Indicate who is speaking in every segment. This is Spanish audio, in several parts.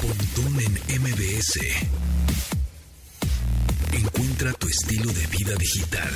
Speaker 1: Pontón en MBS. Encuentra tu estilo de vida digital.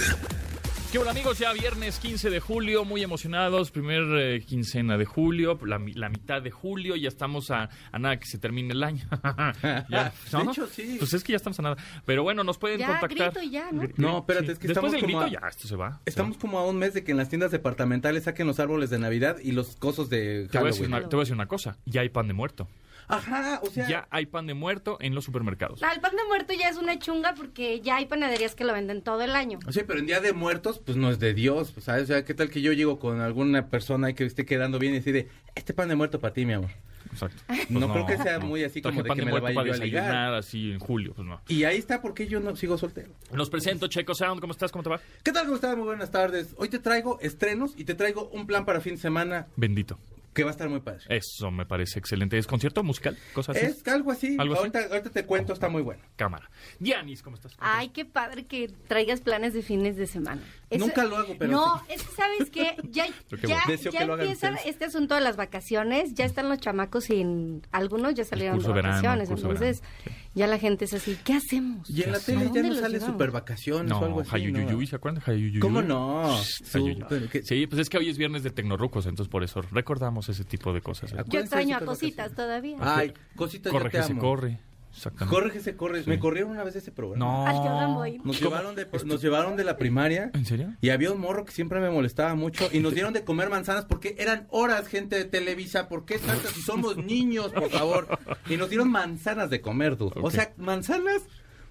Speaker 2: ¿Qué hola amigos? Ya viernes 15 de julio, muy emocionados, primer eh, quincena de julio, la, mi- la mitad de julio, ya estamos a, a nada que se termine el año. Ya,
Speaker 3: de hecho, sí.
Speaker 2: Pues es que ya estamos a nada. Pero bueno, nos pueden
Speaker 4: Ya,
Speaker 2: contactar.
Speaker 4: grito y ya, ¿no?
Speaker 2: Gri-
Speaker 3: No, espérate, es que
Speaker 2: Después
Speaker 3: estamos
Speaker 2: del
Speaker 3: como
Speaker 2: grito
Speaker 3: a-
Speaker 2: ya, esto se va.
Speaker 3: Estamos como a un mes de que en las tiendas departamentales saquen los árboles de Navidad y los cosos de
Speaker 2: Te voy, a decir
Speaker 3: Halloween.
Speaker 2: una, te voy a decir una cosa, ya hay pan de muerto.
Speaker 3: Ajá, o sea,
Speaker 2: Ya hay pan de muerto en los supermercados.
Speaker 4: Ah, el pan de muerto ya es una chunga porque ya hay panaderías que lo venden todo el año.
Speaker 3: o sea, pero en Día de Muertos, pues no es de Dios, ¿sabes? O sea, ¿qué tal que yo llego con alguna persona que esté quedando bien y decide, este pan de muerto para ti, mi amor?
Speaker 2: Exacto. Pues
Speaker 3: no creo que sea muy así
Speaker 2: Traje
Speaker 3: como de
Speaker 2: pan
Speaker 3: que
Speaker 2: de
Speaker 3: me la
Speaker 2: muerto
Speaker 3: vaya
Speaker 2: para
Speaker 3: yo a ligar.
Speaker 2: desayunar así en julio, pues no.
Speaker 3: Y ahí está porque yo no sigo soltero.
Speaker 2: Nos presento Checo Sound, ¿cómo estás? ¿Cómo te va?
Speaker 3: ¿Qué tal? ¿Cómo estás? Muy buenas tardes. Hoy te traigo estrenos y te traigo un plan para fin de semana
Speaker 2: Bendito.
Speaker 3: que va a estar muy padre.
Speaker 2: Eso me parece excelente. ¿Es concierto musical? Cosas Eh, así.
Speaker 3: Es algo así.
Speaker 2: ¿Algo así?
Speaker 3: ahorita, ahorita te cuento, está muy bueno.
Speaker 2: Cámara. Dianis, ¿cómo estás?
Speaker 4: Ay, qué padre que traigas planes de fines de semana.
Speaker 3: Nunca lo hago, pero
Speaker 4: No,
Speaker 3: sí.
Speaker 4: es que, ¿sabes qué? Ya,
Speaker 2: Yo qué
Speaker 4: ya,
Speaker 2: bueno.
Speaker 3: Deseo
Speaker 4: ya
Speaker 3: que lo hagan
Speaker 4: empieza
Speaker 3: ustedes.
Speaker 4: este asunto de las vacaciones. Ya están los chamacos sin... Algunos ya salieron
Speaker 2: curso
Speaker 4: de
Speaker 2: verano,
Speaker 4: vacaciones.
Speaker 2: curso
Speaker 4: entonces, ya la gente es así, ¿qué hacemos?
Speaker 3: Y en la
Speaker 2: ¿Qué
Speaker 3: tele
Speaker 4: hacemos?
Speaker 3: ya
Speaker 4: ¿Dónde
Speaker 3: no
Speaker 4: los
Speaker 3: sale
Speaker 4: llevamos?
Speaker 3: super vacaciones o algo
Speaker 2: No,
Speaker 3: así.
Speaker 2: Hayuyuyuy, ¿se acuerdan? de Hayuyuyuy?
Speaker 3: ¿Cómo no?
Speaker 2: Shh, Hayuyuy.
Speaker 3: Súper, que-
Speaker 2: Sí, pues es que hoy es viernes de Tecnorrucos, entonces por eso recordamos ese tipo de cosas.
Speaker 3: Acu-
Speaker 4: Yo
Speaker 3: Acuérdense de
Speaker 4: extraño a
Speaker 3: sus
Speaker 4: cositas
Speaker 3: vacaciones.
Speaker 4: todavía.
Speaker 3: Ay, cositas
Speaker 2: Corre
Speaker 3: yo te
Speaker 2: que se
Speaker 3: amo.
Speaker 2: corre. Exactamente.
Speaker 3: Corre que se corre. Me corrieron una vez de ese programa.
Speaker 2: No.
Speaker 4: Al que ahora voy.
Speaker 3: Nos
Speaker 2: ¿Cómo?
Speaker 3: llevaron, de, nos llevaron de la primaria.
Speaker 2: ¿En serio?
Speaker 3: Y había un morro que siempre me molestaba mucho. Y
Speaker 2: Este-
Speaker 3: nos dieron de comer manzanas porque eran horas, gente de Televisa. ¿Por qué tantas? Si somos niños, por favor. Y nos dieron manzanas de comer, dude. O
Speaker 2: Ok.
Speaker 3: sea, manzanas,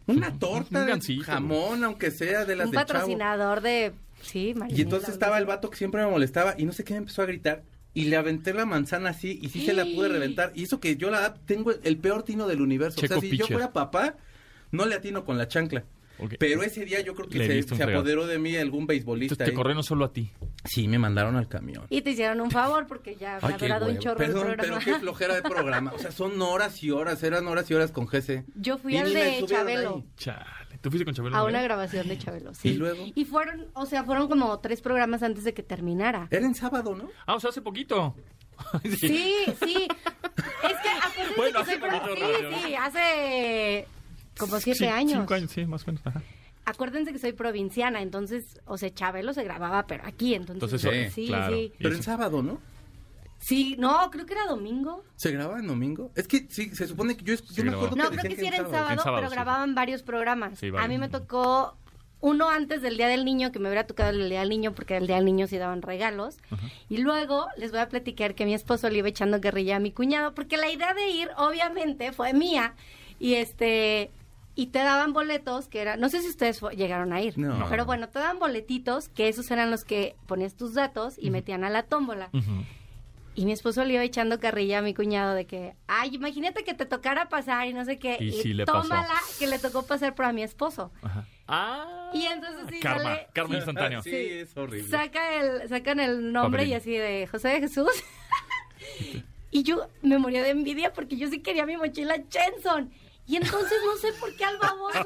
Speaker 3: una torta,
Speaker 2: un gansito.
Speaker 3: jamón, aunque sea de las
Speaker 4: Un
Speaker 3: de chavo.
Speaker 4: patrocinador de... Sí,
Speaker 3: Y
Speaker 4: Marinela,
Speaker 3: entonces estaba el vato que siempre me molestaba y no sé qué me empezó a gritar. Y le aventé la manzana así y sí se la pude reventar. Y eso que yo la tengo el peor tino del universo. o
Speaker 2: Checo
Speaker 3: sea, si
Speaker 2: pitcher.
Speaker 3: yo fuera papá, no le atino con la chancla.
Speaker 2: Ok.
Speaker 3: Pero ¿eh? ese día yo creo que
Speaker 2: Le
Speaker 3: se,
Speaker 2: diste un
Speaker 3: se
Speaker 2: fregado.
Speaker 3: apoderó de mí algún
Speaker 2: Entonces
Speaker 3: beisbolista.
Speaker 2: te
Speaker 3: ahí.
Speaker 2: corrieron solo a ti.
Speaker 3: Sí, me mandaron al camión.
Speaker 4: Y te hicieron un favor porque ya
Speaker 2: Ay,
Speaker 4: ha
Speaker 2: qué
Speaker 4: durado un
Speaker 2: huevo.
Speaker 4: chorro
Speaker 3: Perdón,
Speaker 4: el
Speaker 3: pero
Speaker 4: programa.
Speaker 3: qué flojera de programa. O sea, son horas y horas, eran horas y horas con GC.
Speaker 4: Yo fui
Speaker 3: Y
Speaker 4: al
Speaker 3: ni me
Speaker 4: de
Speaker 3: subieron
Speaker 4: Chabelo.
Speaker 3: ahí.
Speaker 2: Chale. ¿Tú fuiste con Chabelo?
Speaker 4: A
Speaker 2: Noel?
Speaker 4: una grabación de Chabelo, sí.
Speaker 3: ¿Y luego?
Speaker 4: Y fueron, o sea, fueron como tres programas antes de que terminara.
Speaker 3: Era en sábado, ¿no?
Speaker 2: Ah, o sea, hace poquito.
Speaker 4: Sí, sí. Es que acuérdense
Speaker 2: Bueno,
Speaker 4: que
Speaker 2: hace
Speaker 4: soy pro-
Speaker 2: poquito,
Speaker 4: Sí,
Speaker 2: ¿no?
Speaker 4: sí, hace como siete
Speaker 2: Sí,
Speaker 4: años.
Speaker 2: Cinco años, sí, más o menos. Ajá.
Speaker 4: Acuérdense que soy provinciana, entonces, o sea, Chabelo se grababa, pero aquí, entonces.
Speaker 2: Entonces,
Speaker 3: Sí,
Speaker 4: sí,
Speaker 2: claro.
Speaker 4: sí.
Speaker 3: Pero
Speaker 2: Y
Speaker 3: en
Speaker 2: eso-
Speaker 3: sábado, ¿no?
Speaker 4: Sí, no, creo que era domingo.
Speaker 3: ¿Se grababa en domingo? Es que sí, se supone que yo, yo
Speaker 2: Se
Speaker 3: me
Speaker 2: grababa.
Speaker 3: acuerdo
Speaker 4: No,
Speaker 3: que
Speaker 4: creo
Speaker 3: decían
Speaker 4: que sí era
Speaker 3: en
Speaker 4: en sábado,
Speaker 2: En sábado,
Speaker 4: pero
Speaker 2: sí.
Speaker 4: grababan varios programas.
Speaker 2: Sí, varios.
Speaker 4: A mí me tocó uno antes del Día del Niño, que me hubiera tocado el Día del Niño, porque el Día del Niño sí daban regalos. Y luego les voy a platicar que mi esposo le iba echando guerrilla a mi cuñado, porque la idea de ir, obviamente, fue mía. Y este... Y te daban boletos que eran, no sé si ustedes fu- llegaron a ir,
Speaker 3: No.
Speaker 4: pero bueno, te daban boletitos que esos eran los que ponías tus datos y metían a la tómbola.
Speaker 2: Ujú.
Speaker 4: Y mi esposo le iba echando carrilla a mi cuñado de que, ay, imagínate que te tocara pasar y no sé qué.
Speaker 2: Y sí le pasó.
Speaker 4: tómala, que le tocó pasar pero a mi esposo.
Speaker 2: Ajá. Ah.
Speaker 4: Y entonces sí
Speaker 2: karma,
Speaker 4: sale-
Speaker 2: karma instantáneo.
Speaker 3: Ah, Sí, es horrible.
Speaker 4: Saca el, sacan el nombre
Speaker 2: Papelín.
Speaker 4: y así de José de Jesús. y yo me moría de envidia porque yo sí quería mi mochila Chenson. Y entonces no sé por qué al baboso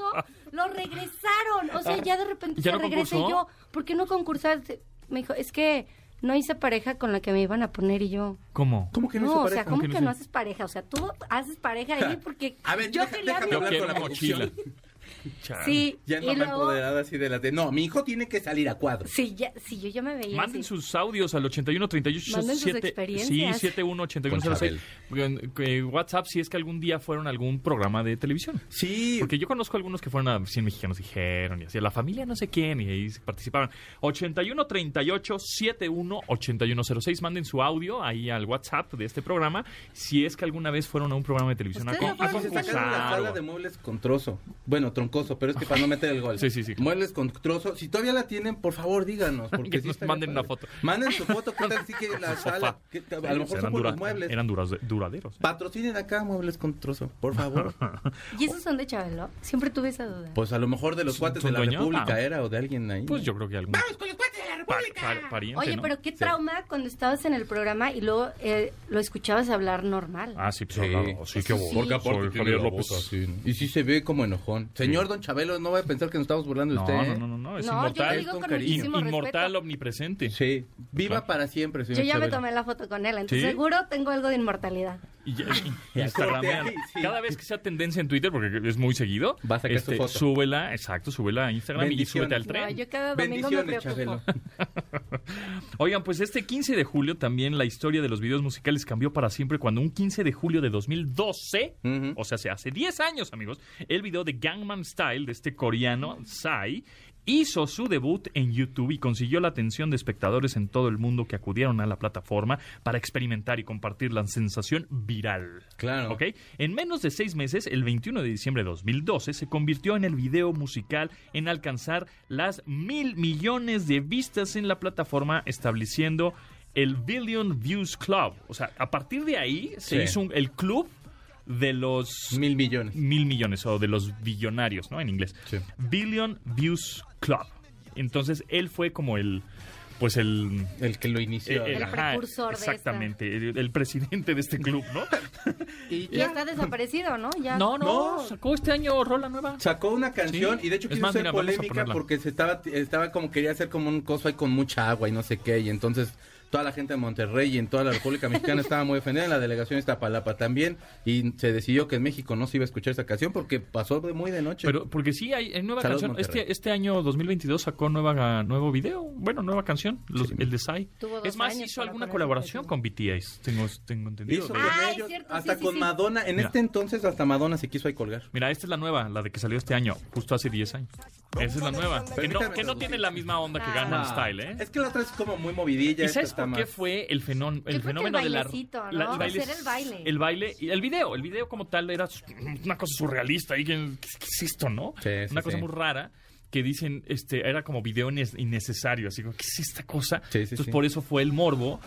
Speaker 4: lo regresaron. O sea, ya de repente
Speaker 2: ¿Ya
Speaker 4: se
Speaker 2: no
Speaker 4: regresa y
Speaker 2: concursó?
Speaker 4: yo, ¿por qué no concursaste? Me dijo, es que no hice pareja con la que me iban a poner y yo.
Speaker 2: ¿Cómo?
Speaker 3: ¿Cómo que no, se
Speaker 4: o
Speaker 3: parece?
Speaker 4: sea, ¿cómo
Speaker 2: que
Speaker 4: que,
Speaker 2: no
Speaker 4: no,
Speaker 2: se-
Speaker 4: haces pareja? O sea, tú haces pareja ahí porque
Speaker 3: A ver,
Speaker 4: yo
Speaker 3: deja-
Speaker 4: quería
Speaker 3: déjame
Speaker 4: mi
Speaker 2: Yo
Speaker 3: hablar
Speaker 2: quiero
Speaker 3: con la
Speaker 2: mochila. Chale.
Speaker 4: Sí,
Speaker 3: Ya
Speaker 4: y
Speaker 3: no me
Speaker 4: luego,
Speaker 3: empoderada así de las de. No, mi hijo tiene que salir a cuadro.
Speaker 4: sí, ya, sí, yo ya me veía
Speaker 2: Manden
Speaker 4: así.
Speaker 2: sus audios al 81 38
Speaker 4: Manden sus
Speaker 2: 7 sí,
Speaker 4: experiencias.
Speaker 2: 71 81 06. En- eh, WhatsApp si es que algún día fueron a algún programa de televisión.
Speaker 3: Sí.
Speaker 2: Porque yo conozco algunos que fueron a 100 mexicanos dijeron y así a la familia no sé quién y ahí participaron. 81 38 71 81 06 manden su audio ahí al WhatsApp de este programa si es que alguna vez fueron a un programa de televisión a,
Speaker 4: ¿Ustedes
Speaker 2: con-
Speaker 4: no
Speaker 2: a
Speaker 3: Se
Speaker 4: fueron?
Speaker 3: sacaron la
Speaker 2: concursar.
Speaker 3: sala de
Speaker 2: o-
Speaker 3: muebles con trozo. Bueno, troncoso, pero es que para no meter el gol.
Speaker 2: Sí, sí, sí.
Speaker 3: Muebles con trozo. Si todavía la tienen, por favor, díganos. Porque
Speaker 2: Que
Speaker 3: sí
Speaker 2: nos
Speaker 3: estaría
Speaker 2: manden una
Speaker 3: padre.
Speaker 2: foto.
Speaker 3: Manden su foto. ¿Qué tal? Sí que la
Speaker 2: Sofá.
Speaker 3: sala. que- a lo mejor
Speaker 2: eran,
Speaker 3: son por
Speaker 2: dura-
Speaker 3: los muebles.
Speaker 2: eran duras- duraderos. ¿eh?
Speaker 3: Patrocinen acá muebles con trozo, por favor.
Speaker 4: ¿Y esos son de Chabelo? Siempre tuve esa duda.
Speaker 3: pues a lo mejor de los cuates
Speaker 2: ¿Son
Speaker 3: de la
Speaker 2: dueños?
Speaker 3: República
Speaker 2: Ah.
Speaker 3: era o de alguien ahí.
Speaker 2: Pues yo creo que algún
Speaker 3: con los cuates de la
Speaker 2: pa- pa- pariente,
Speaker 4: Oye,
Speaker 2: ¿no?
Speaker 4: pero qué trauma cuando estabas en el programa y luego eh, lo escuchabas hablar normal.
Speaker 2: Ah, sí, pues
Speaker 3: Sí.
Speaker 2: hablado. Sí, qué
Speaker 4: Eso
Speaker 2: bueno.
Speaker 4: sí.
Speaker 3: Porque aparte
Speaker 2: Soy
Speaker 3: tiene
Speaker 2: Javier
Speaker 3: la
Speaker 2: López.
Speaker 3: voz así, ¿no? Y sí se ve como enojón. Señor Don Chabelo, no vaya a pensar que nos estamos burlando de
Speaker 2: No,
Speaker 3: usted.
Speaker 2: no,
Speaker 3: ¿eh?
Speaker 2: no, no, no, es
Speaker 4: No, yo lo
Speaker 2: inmortal.
Speaker 4: digo
Speaker 3: con
Speaker 2: In-
Speaker 4: muchísimo
Speaker 2: inmortal,
Speaker 4: respeto.
Speaker 2: omnipresente.
Speaker 3: Sí. Viva
Speaker 2: Claro.
Speaker 3: para siempre,
Speaker 4: Yo
Speaker 3: señor
Speaker 4: ya me
Speaker 3: Chabelo.
Speaker 4: tomé la foto con él, entonces
Speaker 2: ¿Sí?
Speaker 4: seguro tengo algo de inmortalidad.
Speaker 2: Y ya- y Instagramean.
Speaker 3: ahí, sí.
Speaker 2: Cada vez que sea tendencia en Twitter, porque es muy seguido, este,
Speaker 3: Vas a sacar tu foto.
Speaker 2: súbela, exacto, súbela a Instagram y
Speaker 3: Bendiciones.
Speaker 2: súbete al tren.
Speaker 4: No, yo cada domingo me
Speaker 3: Bendiciones,
Speaker 4: preocupo.
Speaker 3: Chabelo.
Speaker 2: Oigan, pues este 15 de julio también la historia de los videos musicales cambió para siempre cuando un 15 de julio de 2012,
Speaker 3: Ujú.
Speaker 2: o sea, se hace 10 años, amigos, el video de Gangnam Style de este coreano, Psy, hizo su debut en YouTube y consiguió la atención de espectadores en todo el mundo que acudieron a la plataforma para experimentar y compartir la sensación viral.
Speaker 3: Claro.
Speaker 2: ¿Ok? En menos de seis meses, el 21 de diciembre de 2012, se convirtió en el video musical en alcanzar las mil millones de vistas en la plataforma, estableciendo el Billion Views Club. O sea, a partir de ahí se
Speaker 3: Sí.
Speaker 2: hizo un- el club de los
Speaker 3: Mil millones.
Speaker 2: mil millones o de los billonarios, ¿no? En inglés.
Speaker 3: Sí.
Speaker 2: Billion Views Club. Entonces, él fue como el, pues el
Speaker 3: El que lo inició.
Speaker 2: eh,
Speaker 4: El precursor de esta.
Speaker 2: exactamente, el- el presidente de este club, ¿no?
Speaker 3: Y
Speaker 4: Y
Speaker 3: ya.
Speaker 4: está desaparecido, ¿no? Ya.
Speaker 2: No, no,
Speaker 3: No.
Speaker 2: sacó este año rola nueva.
Speaker 3: Sacó una canción
Speaker 2: Sí.
Speaker 3: y de hecho
Speaker 2: Es
Speaker 3: quiso
Speaker 2: más,
Speaker 3: hacer
Speaker 2: mira, vamos a
Speaker 3: polémica
Speaker 2: ponerla.
Speaker 3: porque se estaba, estaba como quería hacer como un coso ahí con mucha agua y no sé qué. Y entonces toda la gente de Monterrey y en toda la República Mexicana estaba muy ofendida, en la delegación Iztapalapa también. Y se decidió que en México no se iba a escuchar esa canción porque pasó de muy de noche.
Speaker 2: Pero porque sí hay, hay nueva
Speaker 3: Salud,
Speaker 2: canción.
Speaker 3: Monterrey.
Speaker 2: Este, este año 2022 sacó nueva nuevo video, bueno, nueva canción, los- el de Psy.
Speaker 4: Tuvo dos
Speaker 2: Es más,
Speaker 4: años
Speaker 2: hizo
Speaker 4: para
Speaker 2: alguna
Speaker 4: ponerse
Speaker 2: colaboración
Speaker 4: creativo.
Speaker 2: con BTS, tengo, tengo entendido.
Speaker 3: Hizo
Speaker 2: De-
Speaker 3: con
Speaker 4: Ah, es
Speaker 3: ellos,
Speaker 4: cierto, sí,
Speaker 3: hasta
Speaker 4: sí,
Speaker 3: con
Speaker 4: sí.
Speaker 3: Madonna. En
Speaker 2: Mira.
Speaker 3: este entonces hasta Madonna se quiso ahí colgar.
Speaker 2: Mira, esta es la nueva, la de que salió este año, justo hace 10 años. Esa es la nueva, que no,
Speaker 3: Permítame
Speaker 2: que no
Speaker 3: traducir.
Speaker 2: tiene la misma onda que
Speaker 4: Ah.
Speaker 2: Gangnam
Speaker 3: Ah,
Speaker 2: Style, ¿eh?
Speaker 3: Es que la otra es como muy movidilla.
Speaker 2: ¿Y
Speaker 3: esta
Speaker 2: sabes
Speaker 3: está
Speaker 2: por qué
Speaker 3: más-
Speaker 2: fue el, fenón- el
Speaker 4: creo que
Speaker 2: fenómeno
Speaker 4: el
Speaker 2: de la...
Speaker 4: bailecito,
Speaker 2: la-
Speaker 4: ¿no?
Speaker 2: el
Speaker 4: Hacer el baile.
Speaker 2: El baile y el video. El video como tal era una cosa surrealista. Y que, ¿qué, qué es esto, no?
Speaker 3: Sí, sí,
Speaker 2: una cosa
Speaker 3: sí.
Speaker 2: muy rara que dicen, este, era como video ines- innecesario. Así como, ¿qué es esta cosa?
Speaker 3: Sí, sí,
Speaker 2: Entonces
Speaker 3: sí.
Speaker 2: por eso fue el morbo.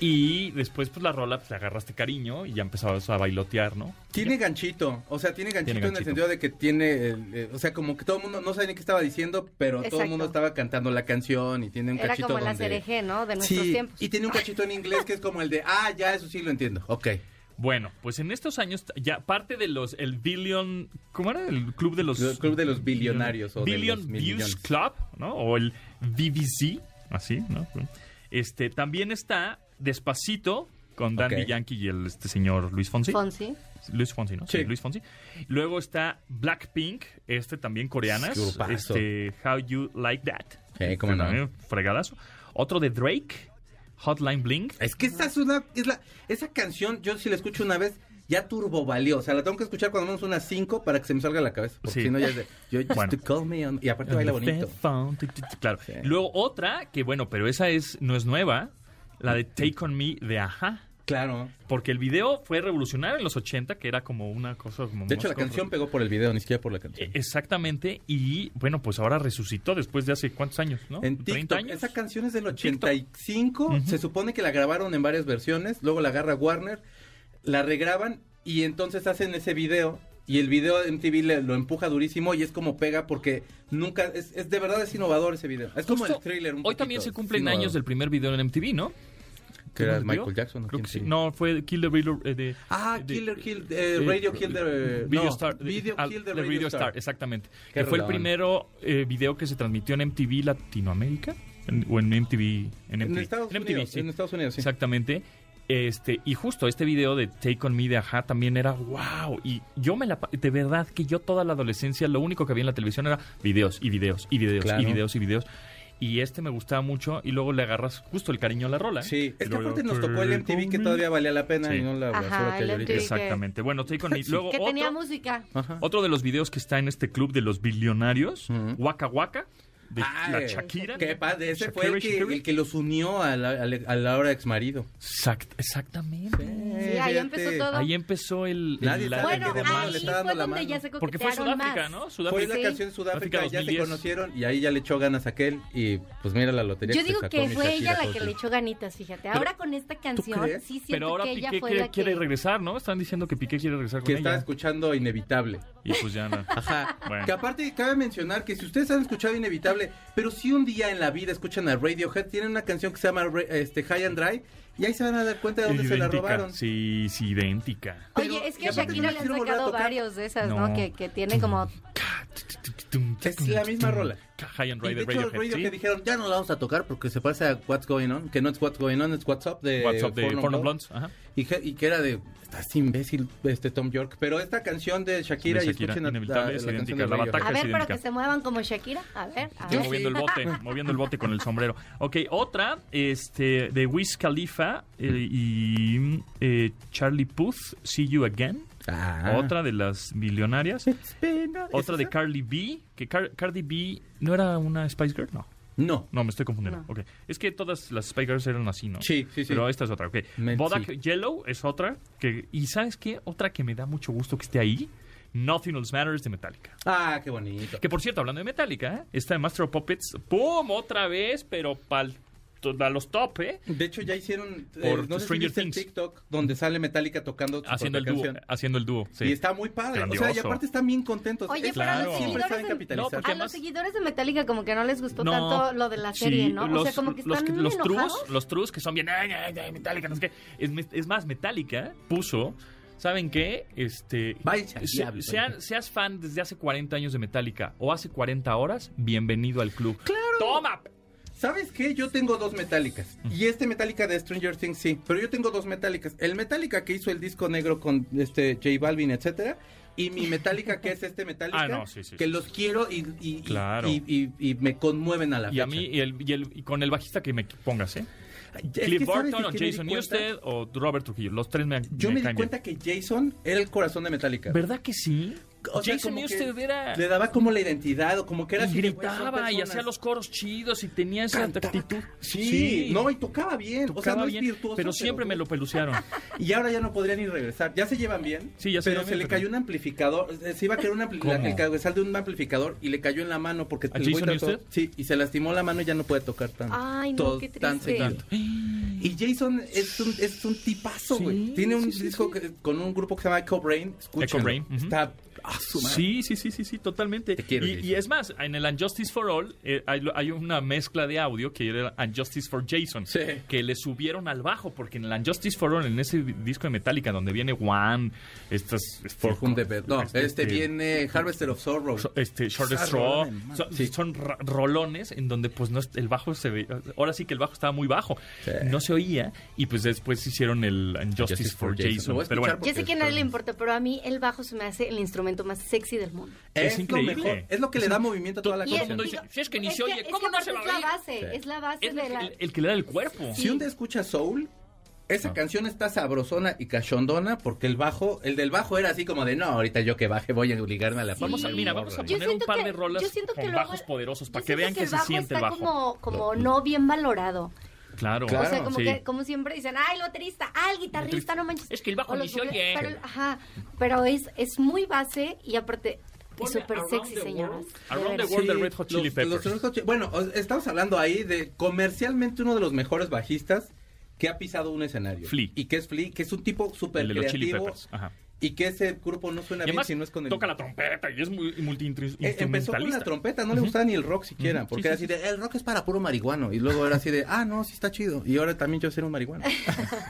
Speaker 2: Y después, pues la rola, pues, le agarraste cariño y ya empezabas a bailotear, ¿no?
Speaker 3: Tiene ganchito, o sea, tiene ganchito, en
Speaker 2: ganchito.
Speaker 3: el sentido de que tiene, el- eh, o sea, como que todo el mundo, no sabía ni qué estaba diciendo, pero todo
Speaker 4: Exacto.
Speaker 3: el mundo estaba cantando la canción y tiene un
Speaker 4: Era
Speaker 3: cachito
Speaker 4: como la
Speaker 3: donde...
Speaker 4: cereje, ¿no? De nuestros
Speaker 3: Sí,
Speaker 4: tiempos.
Speaker 3: y tiene un cachito en inglés que es como el de, ah, ya, eso sí lo entiendo, ok.
Speaker 2: Bueno, pues en estos años, ya parte de los, el Billion, ¿cómo era? El Club de los...
Speaker 3: El Club de los Billonarios o de
Speaker 2: Billion
Speaker 3: los Mil
Speaker 2: Views
Speaker 3: Millones.
Speaker 2: Club, ¿no? O el BBC, así, ¿no? Este, también está Despacito con Dandy
Speaker 3: Ok.
Speaker 2: Yankee y el este señor Luis Fonsi.
Speaker 4: Fonsi.
Speaker 2: Luis Fonsi, ¿no? Sí.
Speaker 3: Sí.
Speaker 2: Luis Fonsi. Luego está Blackpink, este también coreanas.
Speaker 3: Grupazo.
Speaker 2: Este, How You Like That.
Speaker 3: Sí, eh, cómo
Speaker 2: Este
Speaker 3: no.
Speaker 2: también Fregadazo. Otro de Drake, Hotline Blink.
Speaker 3: Es que esta es una, es la, esa canción, yo si la escucho una vez, ya turbo valió, o sea, la tengo que escuchar cuando menos unas cinco para que se me salga de la cabeza, porque
Speaker 2: Sí.
Speaker 3: si no ya es de, yo just
Speaker 2: Bueno.
Speaker 3: to call me on- y aparte baila bonito.
Speaker 2: Claro.
Speaker 3: Sí.
Speaker 2: Luego otra, que bueno, pero esa es, no es nueva, la de Take On Me de Aja.
Speaker 3: Claro,
Speaker 2: Porque el video fue revolucionario en los 80, que era como una cosa como...
Speaker 3: de hecho
Speaker 2: más
Speaker 3: la
Speaker 2: como-
Speaker 3: canción pegó por el video, ni siquiera por la
Speaker 2: Eh,
Speaker 3: canción.
Speaker 2: Exactamente, y bueno, pues ahora resucitó después de hace cuántos años, ¿no?
Speaker 3: En TikTok.
Speaker 2: años.
Speaker 3: Esa canción es del
Speaker 2: TikTok.
Speaker 3: 85. Se supone que la grabaron en varias versiones. Luego la agarra Warner, la regraban y entonces hacen ese video. Y el video de MTV le- lo empuja durísimo y es como pega porque nunca. Es, es de verdad es innovador ese video. Es como
Speaker 2: Justo
Speaker 3: el thriller. Un
Speaker 2: hoy
Speaker 3: poquito,
Speaker 2: también se cumplen
Speaker 3: innovador.
Speaker 2: años del primer video en MTV, ¿no?
Speaker 3: Que era
Speaker 2: ¿Primer
Speaker 3: Michael
Speaker 2: video?
Speaker 3: Jackson. ¿no?
Speaker 2: Creo que sí.
Speaker 3: ¿Quién fue?
Speaker 2: No, fue Kill the Radio... eh, de-
Speaker 3: Ah,
Speaker 2: de-
Speaker 3: Killer Kill.
Speaker 2: eh,
Speaker 3: eh, Radio Kill the. eh,
Speaker 2: Video
Speaker 3: no,
Speaker 2: Star. de-
Speaker 3: Video
Speaker 2: al-
Speaker 3: Kill the
Speaker 2: de
Speaker 3: Radio, Star.
Speaker 2: exactamente.
Speaker 3: Qué
Speaker 2: que fue el
Speaker 3: rolón.
Speaker 2: primero eh, video que se transmitió en MTV Latinoamérica. en- o en MTV. En
Speaker 3: En
Speaker 2: MTV,
Speaker 3: Estados,
Speaker 2: en MTV,
Speaker 3: Unidos,
Speaker 2: sí.
Speaker 3: en Estados Unidos, sí.
Speaker 2: Exactamente. Este, y justo este video de Take On Me de Aja también era wow. Y yo me la. pa- De verdad que yo toda la adolescencia lo único que había en la televisión era videos y videos y videos
Speaker 3: Claro.
Speaker 2: y videos y videos. Y este me gustaba mucho y luego le agarras justo el cariño a la rola. ¿eh?
Speaker 3: Sí, es que
Speaker 2: Luego,
Speaker 3: aparte nos tocó el MTV que
Speaker 2: "Take on me".
Speaker 3: todavía valía la pena
Speaker 2: Sí.
Speaker 3: y no la
Speaker 4: Ajá,
Speaker 3: basura que hay
Speaker 4: el
Speaker 3: ahorita.
Speaker 4: MTV.
Speaker 2: Exactamente. Bueno, Take On Me. Luego
Speaker 4: Que
Speaker 2: otro,
Speaker 4: tenía música.
Speaker 3: Ajá.
Speaker 2: otro de los videos que está en este club de los billonarios,
Speaker 3: Ujú.
Speaker 2: Waka Waka, de
Speaker 3: Ah,
Speaker 2: la
Speaker 3: eh,
Speaker 2: Shakira.
Speaker 3: Qué padre, ese fue el que,
Speaker 2: Shakira,
Speaker 3: el que los unió a la, a la- a la hora ex marido.
Speaker 2: Exact- exactamente.
Speaker 4: Sí, ahí empezó todo.
Speaker 2: Ahí empezó el... el-
Speaker 3: Nadie
Speaker 2: la-
Speaker 3: sabe
Speaker 4: bueno,
Speaker 3: que de mano
Speaker 4: ahí
Speaker 3: le
Speaker 4: fue
Speaker 3: está dando la
Speaker 4: donde
Speaker 3: mano.
Speaker 4: ya se
Speaker 2: Porque fue
Speaker 4: coquetearon
Speaker 2: Sudáfrica,
Speaker 4: más.
Speaker 2: ¿no?
Speaker 3: Fue
Speaker 2: Sudáfrica.
Speaker 3: la
Speaker 4: Pues Sí.
Speaker 3: canción de Sudáfrica,
Speaker 2: África
Speaker 3: ya se
Speaker 2: 2010.
Speaker 3: conocieron y ahí ya le echó ganas a aquel y pues mira la lotería
Speaker 4: Yo
Speaker 3: se
Speaker 4: digo
Speaker 3: sacó
Speaker 4: que
Speaker 3: mi
Speaker 4: fue
Speaker 3: Shakira
Speaker 4: ella la
Speaker 3: José.
Speaker 4: que le echó ganitas, fíjate. Ahora con esta canción,
Speaker 3: crees?
Speaker 4: sí siento
Speaker 2: Pero ahora
Speaker 4: que ella
Speaker 2: Piqué
Speaker 4: fue
Speaker 2: quiere,
Speaker 4: la que...
Speaker 2: quiere regresar, ¿no? Están diciendo que Piqué quiere regresar con
Speaker 3: Que estaba
Speaker 2: ella.
Speaker 3: escuchando Inevitable.
Speaker 2: Y pues ya no.
Speaker 3: Ajá.
Speaker 2: Bueno.
Speaker 3: Que aparte cabe mencionar que si ustedes han escuchado Inevitable, pero si un día en la vida escuchan a Radiohead, tienen una canción que se llama Ra- este, High and Dry y ahí se van a dar cuenta de dónde se la robaron.
Speaker 2: Sí, sí, idéntica.
Speaker 4: Oye,
Speaker 3: Pero-
Speaker 4: es
Speaker 3: y
Speaker 4: que a
Speaker 3: aparte
Speaker 4: Shakira
Speaker 3: no
Speaker 4: le han
Speaker 3: quisieron volver a
Speaker 4: sacado
Speaker 3: tocar.
Speaker 4: varios de esas, ¿no?
Speaker 2: No.
Speaker 4: Que, que tiene como
Speaker 2: tum,
Speaker 3: Es
Speaker 2: tum,
Speaker 3: la
Speaker 2: tum,
Speaker 3: misma
Speaker 2: tum.
Speaker 3: rola.
Speaker 2: High and
Speaker 3: Y de
Speaker 2: Rider
Speaker 3: hecho,
Speaker 2: Radiohead.
Speaker 3: Radiohead
Speaker 2: sí.
Speaker 3: dijeron, ya no la vamos a tocar porque se parece a What's Going On, que no es What's Going On, es What's Up de
Speaker 2: What's Up de
Speaker 3: Four Non
Speaker 2: Porno
Speaker 3: Blondes.
Speaker 2: Blondes. Ajá.
Speaker 3: Y que, y que era de, estás imbécil, este Tom York. Pero esta canción de Shakira,
Speaker 2: De Shakira,
Speaker 3: y escuchen a-
Speaker 2: inevitable, es idéntica, la
Speaker 3: Radiohead.
Speaker 2: bataca.
Speaker 4: A ver, para
Speaker 2: idéntica.
Speaker 4: que se muevan como Shakira. A ver, a
Speaker 2: Yo
Speaker 4: ver.
Speaker 2: moviendo el bote, moviendo el bote con el sombrero. Ok, otra este, de Wiz Khalifa eh, y eh, Charlie Puth, See You Again.
Speaker 3: Ah.
Speaker 2: Otra de las millonarias.
Speaker 3: It's been a-
Speaker 2: Otra de Carly B, que Car- Cardi B no era una Spice Girl, no.
Speaker 3: No.
Speaker 2: No, me estoy confundiendo.
Speaker 4: No.
Speaker 2: Ok. Es que todas las Spice Girls eran así, ¿no?
Speaker 3: Sí, sí, sí.
Speaker 2: Pero esta es otra, ok.
Speaker 3: Me-
Speaker 2: Bodak
Speaker 3: sí.
Speaker 2: Yellow es otra. Que, y ¿sabes qué? Otra que me da mucho gusto que esté ahí. Nothing Else Matters de Metallica.
Speaker 3: Ah, qué bonito.
Speaker 2: Que por cierto, hablando de Metallica, ¿eh? esta de Master of Puppets, ¡pum! Otra vez, pero pal, to- a los top, ¿eh?
Speaker 3: De hecho, ya hicieron eh,
Speaker 2: Por
Speaker 3: no sé si
Speaker 2: Stranger
Speaker 3: viste el
Speaker 2: Things.
Speaker 3: TikTok donde sale Metallica tocando su
Speaker 2: Haciendo el
Speaker 3: propia
Speaker 2: dúo.
Speaker 3: canción.
Speaker 2: Haciendo el dúo. sí.
Speaker 3: Y está muy padre. O sea, y
Speaker 2: Grandioso.
Speaker 3: aparte están bien contentos.
Speaker 4: Oye,
Speaker 3: Es-
Speaker 2: pero a los
Speaker 3: siempre
Speaker 4: seguidores
Speaker 3: saben
Speaker 4: en-
Speaker 3: capitalizar.
Speaker 2: No,
Speaker 4: A
Speaker 2: porque-
Speaker 4: los
Speaker 2: además-
Speaker 4: seguidores de Metallica como que no les gustó
Speaker 2: No,
Speaker 4: tanto lo de la serie,
Speaker 2: sí,
Speaker 4: ¿no? o
Speaker 2: los-
Speaker 4: sea, como que
Speaker 2: los
Speaker 4: están muy
Speaker 2: los
Speaker 4: enojados.
Speaker 2: trus, los trus que son bien, ay, ay, ay, Metallica, no sé qué. Es, me- es más, Metallica puso, ¿saben qué? Este,
Speaker 3: Váyanse al
Speaker 2: se-
Speaker 3: diablo.
Speaker 2: sean- seas fan desde hace 40 años de Metallica o hace 40 horas, bienvenido al club. ¡Claro! ¡Toma!
Speaker 3: ¿Sabes qué? Yo tengo dos metálicas. Y este metálica de Stranger Things sí. Pero yo tengo dos metálicas. El metálica que hizo el disco negro con este J Balvin, etcétera. Y mi metálica que es este metálica.
Speaker 2: Ah, no, sí, sí,
Speaker 3: que
Speaker 2: sí,
Speaker 3: los quiero y, y- y-
Speaker 2: Claro.
Speaker 3: y, y- y me conmueven a la
Speaker 2: Y a
Speaker 3: fecha.
Speaker 2: mí, y, el- y el- y con el bajista que me pongas, ¿eh?
Speaker 3: Es que,
Speaker 2: Cliff
Speaker 3: ¿sabes
Speaker 2: Burton
Speaker 3: de
Speaker 2: o
Speaker 3: qué me di
Speaker 2: Jason
Speaker 3: cuenta?
Speaker 2: Newsted o Robert Trujillo. Los tres me
Speaker 3: Yo me,
Speaker 2: caen
Speaker 3: di
Speaker 2: bien.
Speaker 3: cuenta que Jason era el corazón de Metallica.
Speaker 2: ¿Verdad que sí?
Speaker 3: O sea,
Speaker 2: Jason
Speaker 3: como que
Speaker 2: Newsted era...
Speaker 3: Le daba como la identidad o como que era
Speaker 2: y
Speaker 3: así de, güey, son
Speaker 2: gritaba y
Speaker 3: personas.
Speaker 2: hacía los coros chidos y tenía esa
Speaker 3: Cantaba.
Speaker 2: actitud.
Speaker 3: Sí, no, y tocaba bien. o sea,
Speaker 2: tocaba
Speaker 3: no
Speaker 2: bien,
Speaker 3: es virtuoso.
Speaker 2: pero siempre me lo pelucearon.
Speaker 3: Y ahora ya no podría ni regresar. Ya se llevan bien.
Speaker 2: Sí, ya se
Speaker 3: Pero
Speaker 2: llevan
Speaker 3: se
Speaker 2: bien,
Speaker 3: le
Speaker 2: pero-
Speaker 3: cayó un amplificador. eh, Se iba a caer un amplificador,
Speaker 2: ¿Cómo?
Speaker 3: el cabezal de un amplificador y le cayó en la mano porque
Speaker 2: ¿A
Speaker 3: el güey
Speaker 2: Jason
Speaker 3: trató-
Speaker 2: Newsted?
Speaker 3: Sí, y se lastimó la mano y ya no puede tocar tan,
Speaker 4: Ay, no,
Speaker 3: todo-
Speaker 4: qué
Speaker 3: tan
Speaker 4: triste.
Speaker 3: seguido. Y Jason es un, es un tipazo, güey. Tiene un disco que- con un grupo que se llama Echo Brain. Escúchalo.
Speaker 2: Echo Brain, ujú.
Speaker 3: Está a su madre.
Speaker 2: Sí, sí, sí, sí, sí, totalmente.
Speaker 3: Te quiero,
Speaker 2: y,
Speaker 3: Jason.
Speaker 2: y es más, en el Unjustice for All eh, hay, lo- hay una mezcla de audio que era Unjustice for Jason,
Speaker 3: Sí.
Speaker 2: que le subieron al bajo, porque en el Unjustice for All, en ese disco de Metallica, donde viene One, estas... este,
Speaker 3: For whom the bell- No, este viene Harvester of Sorrow.
Speaker 2: So- este short
Speaker 3: Esa rola
Speaker 2: straw
Speaker 3: de madre.
Speaker 2: son,
Speaker 3: Sí.
Speaker 2: son ra- rolones en donde pues no es- el bajo se ve ahora sí que el bajo estaba muy bajo no se oía y pues después hicieron el Justice,
Speaker 3: Justice
Speaker 2: for
Speaker 3: for
Speaker 2: Jason,
Speaker 3: Jason. Lo voy a
Speaker 2: pero bueno
Speaker 3: escuchar
Speaker 4: Yo sé que a nadie le importa, pero a mí el bajo se me hace el instrumento más sexy del mundo.
Speaker 2: Es
Speaker 3: lo
Speaker 2: increíble.
Speaker 3: mejor, es lo que le da movimiento a toda la
Speaker 2: Y es-
Speaker 3: canción.
Speaker 2: mundo dice, "Si es que ni se oye, ¿cómo no
Speaker 4: aparte
Speaker 2: se va a
Speaker 4: Es la
Speaker 2: oír?"
Speaker 4: base,
Speaker 3: Sí.
Speaker 4: es la base
Speaker 2: es
Speaker 4: de la...
Speaker 2: el, el que le da el cuerpo
Speaker 4: Sí.
Speaker 3: Si un día escucha Soul, esa
Speaker 2: Ah.
Speaker 3: canción está sabrosona y cachondona porque el bajo, el del bajo era así como de no, ahorita yo que baje voy a obligarme a la
Speaker 2: Vamos a,
Speaker 3: pata".
Speaker 2: mira, vamos a
Speaker 4: Yo
Speaker 2: poner un
Speaker 4: siento
Speaker 2: par
Speaker 4: que-
Speaker 2: de rolas
Speaker 4: yo siento que
Speaker 2: con
Speaker 4: lo hago-
Speaker 2: bajos poderosos
Speaker 4: yo
Speaker 2: para que
Speaker 4: siento
Speaker 2: vean que, se
Speaker 4: bajo
Speaker 2: siente el
Speaker 4: está
Speaker 2: bajo.
Speaker 4: Como, como no bien valorado.
Speaker 2: Claro,
Speaker 3: Claro.
Speaker 4: o sea, como
Speaker 2: sí.
Speaker 4: que como siempre dicen, ay, el baterista, ay, el guitarrista, no manches.
Speaker 2: Es que el bajo
Speaker 4: O los
Speaker 2: ni se
Speaker 4: vocales-
Speaker 2: oye.
Speaker 4: Pero, ajá, pero es, es muy base y aparte es
Speaker 2: Ponle
Speaker 4: súper
Speaker 2: Around
Speaker 4: sexy,
Speaker 2: the
Speaker 4: señoras.
Speaker 2: World.
Speaker 4: de
Speaker 2: Around the
Speaker 4: veras.
Speaker 2: World. de Red Hot Chili
Speaker 3: los-
Speaker 2: Peppers.
Speaker 3: los Red Hot Chi- bueno, o- estamos hablando ahí de comercialmente uno de los mejores bajistas que ha pisado un escenario.
Speaker 2: Flea.
Speaker 3: Y que es Flea, que es un tipo súper
Speaker 2: el de los Chili
Speaker 3: creativo.
Speaker 2: Peppers ajá.
Speaker 3: Y que ese grupo no suena
Speaker 2: y
Speaker 3: bien
Speaker 2: además
Speaker 3: si no es con el...
Speaker 2: toca la trompeta y es muy
Speaker 3: Eh,
Speaker 2: multiinstrumentalista
Speaker 3: Empezó con la trompeta, no le gustaba ni el rock siquiera,
Speaker 2: Ujú,
Speaker 3: porque
Speaker 2: sí,
Speaker 3: era
Speaker 2: sí,
Speaker 3: así de, el rock es para puro marihuano. Y luego era así de, ah, no, sí está chido. Y ahora también yo ser un marihuano.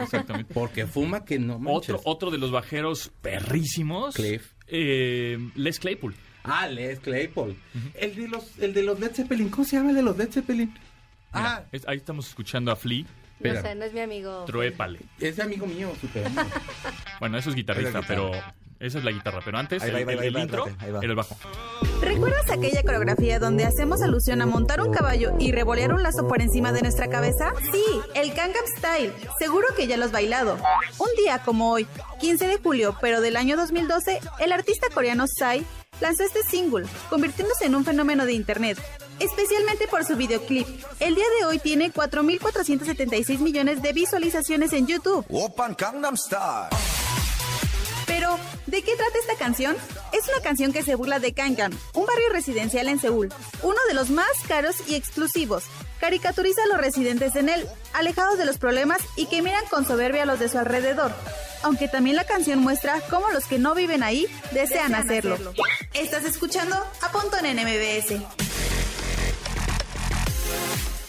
Speaker 2: exactamente
Speaker 3: Porque fuma que no manches.
Speaker 2: otro otro de los bajeros perrísimos
Speaker 3: Cliff.
Speaker 2: eh, Les Claypool
Speaker 3: Ah, Les Claypool. El de los, el de los Led Zeppelin, ¿cómo se llama el de los Led Zeppelin?
Speaker 2: Mira,
Speaker 3: Ah,
Speaker 2: es- ahí estamos escuchando a Flea,
Speaker 4: No
Speaker 3: Espera.
Speaker 4: sé, no es mi amigo.
Speaker 2: Truépale.
Speaker 3: es amigo mío, super amigo.
Speaker 2: Bueno, eso es guitarrista, pero esa es la guitarra. Pero antes,
Speaker 5: Ahí
Speaker 2: el,
Speaker 5: va, ahí va,
Speaker 2: el-
Speaker 5: ahí
Speaker 2: el
Speaker 5: va,
Speaker 2: intro
Speaker 5: espérate, ahí va.
Speaker 2: era el bajo.
Speaker 6: ¿Recuerdas aquella coreografía donde hacemos alusión a montar un caballo y revolear un lazo por encima de nuestra cabeza? Sí, el Gangnam Style. Seguro que ya lo has bailado. Un día como hoy, 15 de julio, pero del año 2012, el artista coreano Psy lanzó este single, convirtiéndose en un fenómeno de internet, especialmente por su videoclip. El día de hoy tiene 4.476 millones de visualizaciones en YouTube.
Speaker 5: 오빤 강남스타일
Speaker 6: Pero, ¿de qué trata esta canción? Es una canción que se burla de Gangnam, un barrio residencial en Seúl, uno de los más caros y exclusivos. Caricaturiza a los residentes en él, alejados de los problemas y que miran con soberbia a los de su alrededor. Aunque también la canción muestra cómo los que no viven ahí desean, hacerlo. Estás escuchando a Pontón en MBS.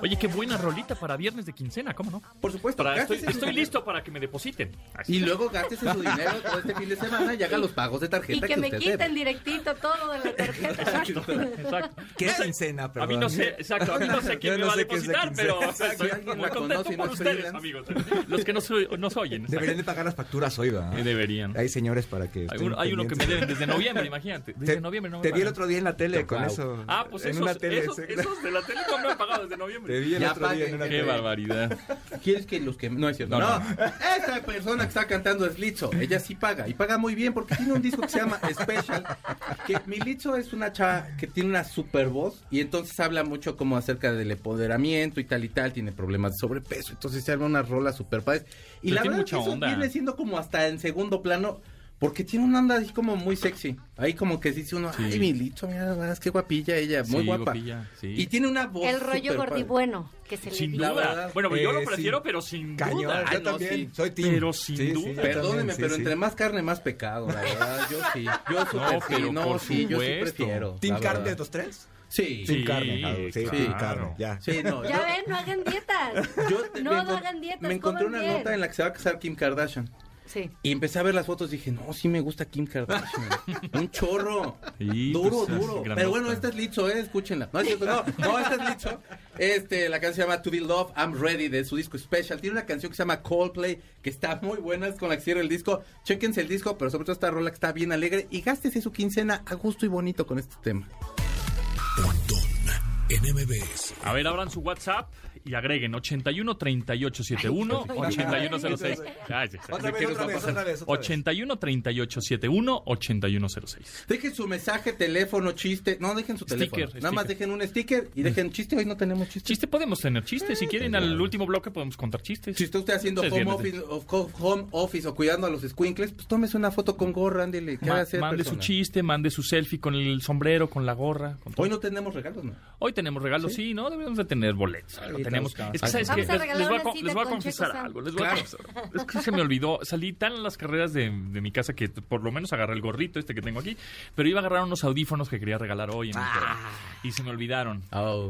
Speaker 2: Oye, qué buena rolita para viernes de quincena, ¿cómo no?
Speaker 3: Por supuesto,
Speaker 2: Para- estoy,
Speaker 3: gástese su
Speaker 2: estoy
Speaker 3: dinero.
Speaker 2: listo para que me depositen. Así.
Speaker 3: Y luego gástese su dinero todo este fin de semana y haga los pagos de tarjeta
Speaker 4: Y que me
Speaker 3: usted
Speaker 4: quiten
Speaker 3: debe.
Speaker 4: directito todo de la tarjeta.
Speaker 2: Exacto.
Speaker 5: ¿Qué
Speaker 2: No sé-
Speaker 5: quincena,
Speaker 2: A mí no
Speaker 5: perdón?
Speaker 2: sé, exacto, a mí no sé quién me
Speaker 5: Yo no
Speaker 2: va a
Speaker 5: sé qué es la
Speaker 2: depositar, pero
Speaker 5: quincena.
Speaker 2: estoy
Speaker 3: Alguien
Speaker 2: muy
Speaker 3: la conoce
Speaker 2: contento
Speaker 3: y no
Speaker 2: por
Speaker 3: es
Speaker 2: ustedes,
Speaker 3: freelance.
Speaker 2: amigos. Los que no nos oyen. exacto.
Speaker 5: Deberían de pagar las facturas hoy, ¿verdad?
Speaker 2: Eh, Deberían.
Speaker 5: Hay señores para que.
Speaker 2: Hay
Speaker 5: estén
Speaker 2: uno, hay uno que me
Speaker 5: pendientes.
Speaker 2: deben desde noviembre, imagínate. Desde
Speaker 5: Te,
Speaker 2: noviembre no me
Speaker 5: te vi el
Speaker 2: pagan.
Speaker 5: otro día en la tele con
Speaker 3: Wow.
Speaker 5: eso.
Speaker 2: Ah, pues
Speaker 5: en
Speaker 2: esos,
Speaker 5: una tele.
Speaker 2: esos,
Speaker 5: sí.
Speaker 2: esos de la tele no me han pagado desde
Speaker 5: Te
Speaker 2: noviembre.
Speaker 5: vi el
Speaker 3: Ya
Speaker 5: otro día en
Speaker 3: paguen.
Speaker 5: una
Speaker 3: Qué
Speaker 2: Qué
Speaker 5: tele.
Speaker 2: barbaridad.
Speaker 3: ¿Quieres que los que.? No es cierto.
Speaker 2: No,
Speaker 3: No,
Speaker 2: no.
Speaker 3: Esta persona que está cantando es Litzo. Ella sí paga. Y paga muy bien porque tiene un disco que se llama Special. Que mi Litzo es una chava que tiene una super voz. Y entonces habla mucho como acerca del empoderamiento y tal y tal. Tiene problemas de sobrepeso. Entonces se arma una rola super padre. Y
Speaker 2: Pero tiene
Speaker 3: la verdad
Speaker 2: mucha
Speaker 3: que eso
Speaker 2: onda.
Speaker 3: viene siendo como hasta en segundo plano. Porque tiene una onda así como muy sexy. Ahí como que dice uno,
Speaker 2: Sí.
Speaker 3: ay, mi Litzo, mira, es que guapilla ella, muy
Speaker 2: Sí,
Speaker 3: guapa.
Speaker 2: guapilla, sí.
Speaker 3: Y tiene una voz
Speaker 4: El rollo
Speaker 3: superpadre.
Speaker 4: gordibueno que se le
Speaker 2: Sin
Speaker 4: dio.
Speaker 3: La
Speaker 2: duda.
Speaker 3: verdad,
Speaker 2: Bueno, pues yo
Speaker 5: eh,
Speaker 2: lo
Speaker 5: sí.
Speaker 2: prefiero, pero sin
Speaker 5: Cañón,
Speaker 2: duda.
Speaker 5: yo
Speaker 3: Ah, no,
Speaker 5: también,
Speaker 3: sí.
Speaker 5: soy team.
Speaker 2: Pero sin duda.
Speaker 5: yo
Speaker 3: Perdóneme,
Speaker 5: también, sí,
Speaker 3: pero
Speaker 5: sí.
Speaker 3: entre más carne, más pecado, la verdad. Yo sí. Yo
Speaker 2: No,
Speaker 3: súper sí.
Speaker 2: pero por
Speaker 3: No, sí, yo sí
Speaker 2: supuesto.
Speaker 3: prefiero.
Speaker 5: ¿Team
Speaker 3: la
Speaker 5: carne de
Speaker 3: verdad.
Speaker 5: los tres?
Speaker 2: Sí.
Speaker 3: Sí.
Speaker 5: Team carne, claro, sí,
Speaker 2: claro.
Speaker 5: team carne, ya.
Speaker 3: Sí, no.
Speaker 4: Ya
Speaker 3: yo-
Speaker 4: ven, no hagan dietas.
Speaker 3: yo te-
Speaker 4: no
Speaker 3: me
Speaker 4: no
Speaker 3: encon-
Speaker 4: hagan dietas.
Speaker 3: Me encontré
Speaker 4: coman
Speaker 3: una
Speaker 4: bien.
Speaker 3: nota en la que se va a casar Kim Kardashian.
Speaker 4: Sí.
Speaker 3: Y empecé a ver las fotos y dije, no, sí me gusta Kim Kardashian. Un chorro.
Speaker 2: Sí,
Speaker 3: duro,
Speaker 2: pues, es
Speaker 3: duro.
Speaker 2: grandota.
Speaker 3: Pero bueno, esta es Litzo, ¿eh? escúchenla. No, es cierto, no, no, esta es Litzo. Este, la canción se llama To Be Love, I'm Ready de su disco Special. Tiene una canción que se llama Coldplay, que está muy buena, es con la que cierra el disco. Chéquense el disco, pero sobre todo esta rola que está bien alegre. Y gástese su quincena a gusto y bonito con este tema.
Speaker 1: Pontón en MBS.
Speaker 2: A ver, abran su WhatsApp y agreguen 81 38 71 81 06. Ay, sí, sí,
Speaker 5: Otra
Speaker 2: sí,
Speaker 5: vez,
Speaker 2: ¿qué nos
Speaker 5: otra
Speaker 2: va a
Speaker 5: vez,
Speaker 2: pasar?
Speaker 5: otra vez, otra vez.
Speaker 2: 81 38 71 81 06.
Speaker 3: Dejen su mensaje, teléfono, chiste. No, dejen su
Speaker 2: Sticker,
Speaker 3: teléfono. Nada más
Speaker 2: sticker.
Speaker 3: dejen un sticker y dejen chiste. Hoy no tenemos chiste.
Speaker 2: Chiste, podemos tener chistes. Si quieren, al último bloque podemos contar chistes.
Speaker 3: Si está usted haciendo
Speaker 2: Sí, es
Speaker 3: home
Speaker 2: viernes de-
Speaker 3: office, o, co- home office o cuidando a los squinkles, pues tómese una foto con gorra, ándele. ¿Qué va
Speaker 2: Ma-
Speaker 3: a hacer,
Speaker 2: mande su
Speaker 3: persona?
Speaker 2: chiste, mande su selfie con el sombrero, con la gorra. con todo.
Speaker 3: Hoy no tenemos regalos, ¿no?
Speaker 2: Hoy tenemos regalos, sí, ¿no? Debemos de tener boletos. algo
Speaker 5: Ahorita
Speaker 2: tenemos.
Speaker 5: buscamos.
Speaker 2: Es que, ¿sabes
Speaker 4: Vamos
Speaker 2: qué?
Speaker 4: a
Speaker 2: Les,
Speaker 4: regalar
Speaker 2: les voy a,
Speaker 4: una
Speaker 2: con-
Speaker 4: cita
Speaker 2: les voy a
Speaker 4: con
Speaker 2: confesar
Speaker 4: Checo Sam.
Speaker 2: algo. Les voy a confesar. Es que se me olvidó. Salí tan en las carreras de, de mi casa que por lo menos agarré el gorrito este que tengo aquí, pero iba a agarrar unos audífonos que quería regalar hoy en mi programa. Y se me olvidaron.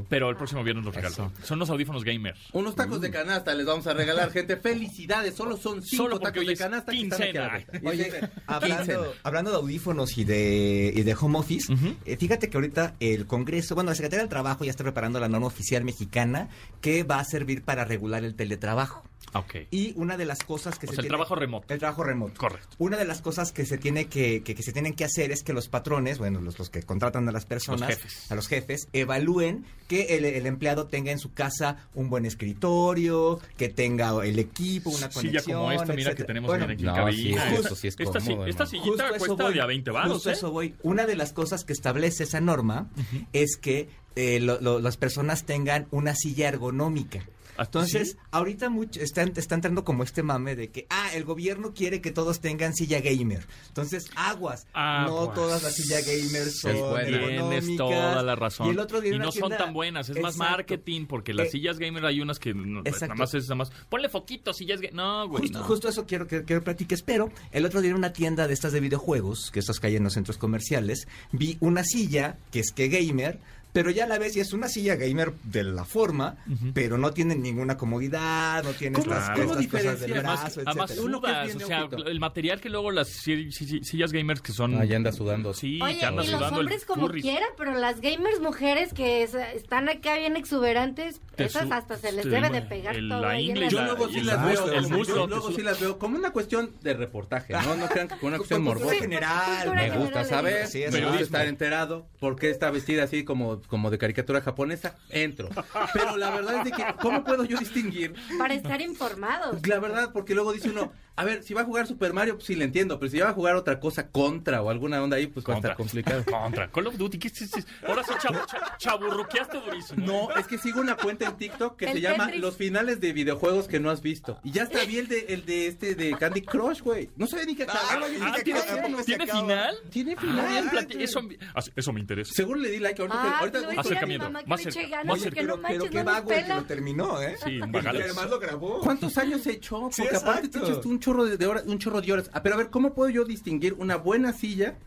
Speaker 2: Pero el próximo viernes los regalo. Son los audífonos gamer.
Speaker 3: Unos tacos de canasta les vamos a regalar, gente. Felicidades, solo son cinco
Speaker 2: Mm. Solo porque
Speaker 3: tacos
Speaker 2: hoy
Speaker 3: de
Speaker 2: es
Speaker 3: canasta. que están aquí a la
Speaker 2: quincena.
Speaker 3: venta.
Speaker 5: Oye, hablando,
Speaker 3: Quincena.
Speaker 5: hablando de audífonos y de, y de home office,
Speaker 2: Ujú.
Speaker 5: eh, fíjate que ahorita el Congreso, bueno, la Secretaría del Trabajo ya está preparando la norma oficial mexicana que va a servir para regular el teletrabajo.
Speaker 2: Ah, Ok.
Speaker 5: Y una de las cosas que
Speaker 2: O
Speaker 5: se
Speaker 2: sea, el
Speaker 5: tiene-
Speaker 2: trabajo remoto.
Speaker 5: El trabajo remoto.
Speaker 2: Correcto.
Speaker 5: Una de las cosas que se tiene que, que- que se tienen que hacer es que los patrones, bueno, los, los que contratan a las personas,
Speaker 2: Los jefes.
Speaker 5: a los jefes, evalúen que el, el empleado tenga en su casa un buen escritorio, que tenga el equipo, una conexión.
Speaker 2: Silla como esta, mira que
Speaker 5: etcétera.
Speaker 2: tenemos
Speaker 5: Bueno,
Speaker 2: mira, aquí
Speaker 3: no,
Speaker 2: en cabina.
Speaker 3: sí,
Speaker 2: Esta-
Speaker 3: eso sí es
Speaker 2: esta,
Speaker 3: cómodo,
Speaker 2: si- esta
Speaker 3: hermano.
Speaker 2: sillita
Speaker 5: a eso
Speaker 2: cuesta
Speaker 5: voy.
Speaker 2: de a 20 baros,
Speaker 5: Justo a
Speaker 2: ¿eh?
Speaker 5: eso voy. Una de las cosas que establece esa norma es que eh, lo- lo- las personas tengan una silla ergonómica.
Speaker 2: Ah,
Speaker 5: Entonces,
Speaker 2: ¿sí?
Speaker 5: ahorita mucho, están, está entrando como este mame de que, ah, el gobierno quiere que todos tengan silla gamer. Entonces, aguas. No
Speaker 2: Aguas.
Speaker 5: todas las silla gamers son
Speaker 3: Es buena.
Speaker 5: ergonómicas.
Speaker 2: pues. Tienes toda la razón.
Speaker 5: Y, el otro día en
Speaker 2: Y
Speaker 5: una
Speaker 2: no son
Speaker 5: tienda-
Speaker 2: tan buenas. Es más
Speaker 5: Exacto.
Speaker 2: marketing, porque las
Speaker 5: Eh,
Speaker 2: sillas gamer hay unas que no- pues,
Speaker 5: exacto.
Speaker 2: nada más es nada más. Ponle foquitos, sillas gamer. No, güey.
Speaker 5: Justo,
Speaker 2: no.
Speaker 5: justo eso quiero que, que platiques, pero el otro día en una tienda de estas de videojuegos, que estas que hay en los centros comerciales, vi una silla que es que gamer, pero ya la ves y es una silla gamer de la forma, pero no tiene ninguna comodidad, no tiene
Speaker 3: ¿Cómo-
Speaker 5: estas,
Speaker 2: cómo
Speaker 5: estas cosas del
Speaker 3: diferencias?
Speaker 5: brazo,
Speaker 2: Además,
Speaker 5: etcétera.
Speaker 3: Uno que es
Speaker 2: sudas,
Speaker 3: bien
Speaker 2: o sea,
Speaker 3: neófito.
Speaker 2: el material que luego las si- si- si- sillas gamers que son.
Speaker 3: Ah, ya anda sudando.
Speaker 2: Mm. Sí,
Speaker 4: Oye,
Speaker 2: que anda
Speaker 4: y los
Speaker 2: sudando el
Speaker 4: hombres como
Speaker 2: furry.
Speaker 4: quiera, pero las gamers mujeres que es- están acá bien exuberantes,
Speaker 2: Te
Speaker 4: esas
Speaker 2: su-
Speaker 4: hasta se les
Speaker 2: te
Speaker 4: debe
Speaker 2: digo,
Speaker 4: de pegar
Speaker 2: el-
Speaker 4: todo.
Speaker 2: la
Speaker 4: ahí en
Speaker 2: ingle y
Speaker 4: la-
Speaker 3: Yo
Speaker 2: la-
Speaker 3: luego
Speaker 2: y
Speaker 3: sí
Speaker 2: el
Speaker 3: las
Speaker 2: muslo,
Speaker 3: veo.
Speaker 2: el
Speaker 3: como-
Speaker 2: muslo,
Speaker 3: yo
Speaker 2: te
Speaker 3: luego
Speaker 2: su-
Speaker 3: sí las veo como una cuestión de reportaje. No, no crean que como una cuestión
Speaker 5: Por cultura
Speaker 3: morbosa.
Speaker 5: general.
Speaker 4: Por
Speaker 3: Me
Speaker 4: cultura
Speaker 3: gusta
Speaker 4: general,
Speaker 3: saber,
Speaker 5: Sí, es
Speaker 3: me gusta
Speaker 5: periodismo.
Speaker 3: estar enterado por qué está vestida así como, como de caricatura japonesa. Entro. Pero la verdad es de que, ¿cómo puedo yo distinguir? Pues
Speaker 4: Para estar informados.
Speaker 3: La verdad, porque luego dice uno, a ver, si va a jugar Super Mario, pues sí le entiendo, pero si va a jugar otra cosa contra o alguna onda ahí, pues va a
Speaker 2: Contra.
Speaker 3: estar complicado.
Speaker 2: Contra. Call of Duty. ¿qué es- es- es? Ahora sí, chabu- cha- chaburruqueaste durísimo.
Speaker 3: No, es que sigo una cuenta en TikTok que
Speaker 4: El
Speaker 3: se llama
Speaker 4: Tetris.
Speaker 3: Los finales de videojuegos que no has visto. Y ya está vi el de, el de este de Candy Crush, güey. No sé ni qué tal.
Speaker 5: Ah,
Speaker 2: Ah,
Speaker 5: se
Speaker 2: ¿tiene,
Speaker 5: acaba, no se
Speaker 2: ¿tiene
Speaker 5: acaba.
Speaker 2: final?
Speaker 3: Tiene
Speaker 2: Ah,
Speaker 3: final.
Speaker 2: plati- eso, ah, eso me interesa.
Speaker 3: Seguro le di like ahorita.
Speaker 4: Ah,
Speaker 3: ahorita
Speaker 4: le voy a decir a mi
Speaker 2: Acercamiento.
Speaker 4: mamá que
Speaker 2: Más
Speaker 4: le eche
Speaker 2: cerca,
Speaker 4: ganas,
Speaker 2: más
Speaker 4: porque
Speaker 2: cerca.
Speaker 4: no
Speaker 5: Pero,
Speaker 4: manches,
Speaker 5: pero qué
Speaker 4: no nos
Speaker 5: vago el que
Speaker 4: pela.
Speaker 5: lo terminó, ¿eh?
Speaker 2: Sí,
Speaker 5: Y
Speaker 2: bájale.
Speaker 5: que además lo grabó.
Speaker 3: ¿Cuántos años se echó?
Speaker 5: Sí,
Speaker 3: Porque aparte te
Speaker 5: exacto.
Speaker 3: echaste un chorro de, de horas, un chorro de horas. Ah, pero a ver, ¿cómo puedo yo distinguir una buena silla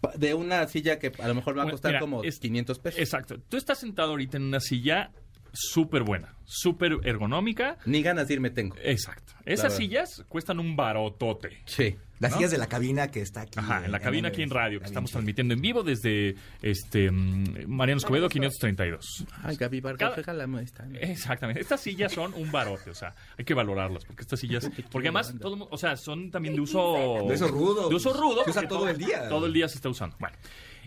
Speaker 3: pa- de una silla que a lo mejor va a
Speaker 2: Bueno,
Speaker 3: costar
Speaker 2: Pues mira,
Speaker 3: como
Speaker 2: es-
Speaker 3: 500 pesos.
Speaker 2: Exacto. Tú estás sentado ahorita en una silla súper buena, súper ergonómica.
Speaker 3: Ni ganas de irme tengo.
Speaker 2: Exacto. Esas
Speaker 3: verdad.
Speaker 2: sillas cuestan un barotote.
Speaker 3: Sí.
Speaker 5: Las
Speaker 2: ¿No?
Speaker 5: sillas de la cabina que está aquí.
Speaker 2: Ajá, en la cabina aquí en radio, que
Speaker 5: Está bien
Speaker 2: estamos
Speaker 5: chido.
Speaker 2: transmitiendo en vivo desde este mm, Mariano Escobedo 532.
Speaker 3: Ay, Gaby Vargas,
Speaker 2: Cada- Eh.
Speaker 3: regálame esta.
Speaker 2: Exactamente. Estas sillas son un barote, o sea, hay que valorarlas, porque estas sillas, porque además todo, el mu- o sea, son también de uso
Speaker 5: De uso rudo. pues,
Speaker 2: De uso rudo.
Speaker 5: Se usa
Speaker 2: porque
Speaker 5: todo el día.
Speaker 2: Todo el día se está usando. Bueno,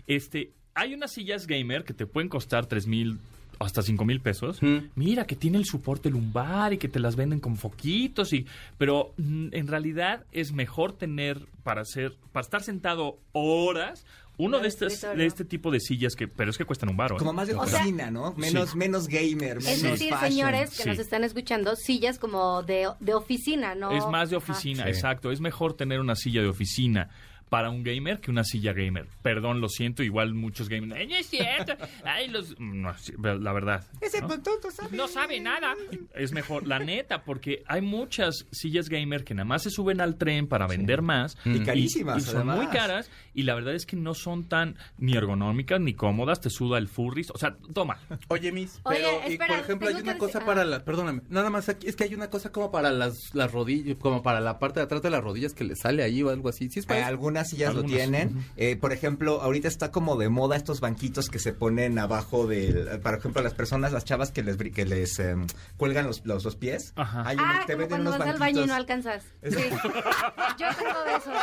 Speaker 2: este, hay unas sillas gamer que te pueden costar tres mil hasta cinco mil pesos.
Speaker 3: Mm.
Speaker 2: Mira que tiene el soporte lumbar y que te las venden con foquitos y, pero mm, en realidad es mejor tener para hacer, para estar sentado horas. Uno
Speaker 4: Un
Speaker 2: de, estas,
Speaker 4: escritorio.
Speaker 2: de este tipo de sillas que, pero es que cuestan un baro. ¿eh?
Speaker 5: Como más de
Speaker 4: O sea-
Speaker 5: cocina, ¿no? Menos,
Speaker 2: Sí.
Speaker 5: menos gamer, menos
Speaker 4: Es decir,
Speaker 5: fashion.
Speaker 4: señores que
Speaker 2: sí.
Speaker 4: nos están escuchando, sillas como de, de oficina, ¿no?
Speaker 2: Es más de
Speaker 4: Ajá.
Speaker 2: oficina,
Speaker 3: Sí.
Speaker 2: exacto. Es mejor tener una silla de oficina para un gamer que una silla gamer. Perdón, lo siento, igual muchos gamers. "Ay, No es cierto. Ay, los... No, sí, la verdad. ¿no?
Speaker 5: pues,
Speaker 2: No sabe nada. Es mejor, la neta, porque hay muchas sillas gamer que nada más se suben al tren para vender más.
Speaker 5: Y carísimas,
Speaker 2: y son
Speaker 5: además.
Speaker 2: muy caras. Y la verdad es que no son tan ni ergonómicas ni cómodas. Te suda el furris. O sea, toma.
Speaker 3: Oye, mis,
Speaker 4: Oye,
Speaker 3: pero y
Speaker 4: espera,
Speaker 3: por ejemplo hay
Speaker 4: tengo
Speaker 3: una
Speaker 4: que
Speaker 3: cosa
Speaker 4: decir-
Speaker 3: para
Speaker 4: ah.
Speaker 3: la, perdóname, nada más aquí, es que hay una cosa como para las, las rodillas, como para la parte de atrás de las rodillas que le sale ahí o algo así. Sí, es
Speaker 5: Eh,
Speaker 3: para eso?
Speaker 5: algunas sillas
Speaker 2: Algunas,
Speaker 5: lo tienen. Eh, por ejemplo, ahorita está como de moda estos banquitos que se ponen abajo del. eh, Por ejemplo, las personas, las chavas que les, bri- que les eh, cuelgan los, los, los pies.
Speaker 2: Ajá.
Speaker 5: Hay unos-
Speaker 4: Ah,
Speaker 5: te
Speaker 4: como
Speaker 5: venden
Speaker 4: cuando vas
Speaker 5: unos
Speaker 4: al baño y no
Speaker 5: banquitos.
Speaker 4: alcanzas.
Speaker 5: Es-
Speaker 4: Sí. Yo tengo de esos.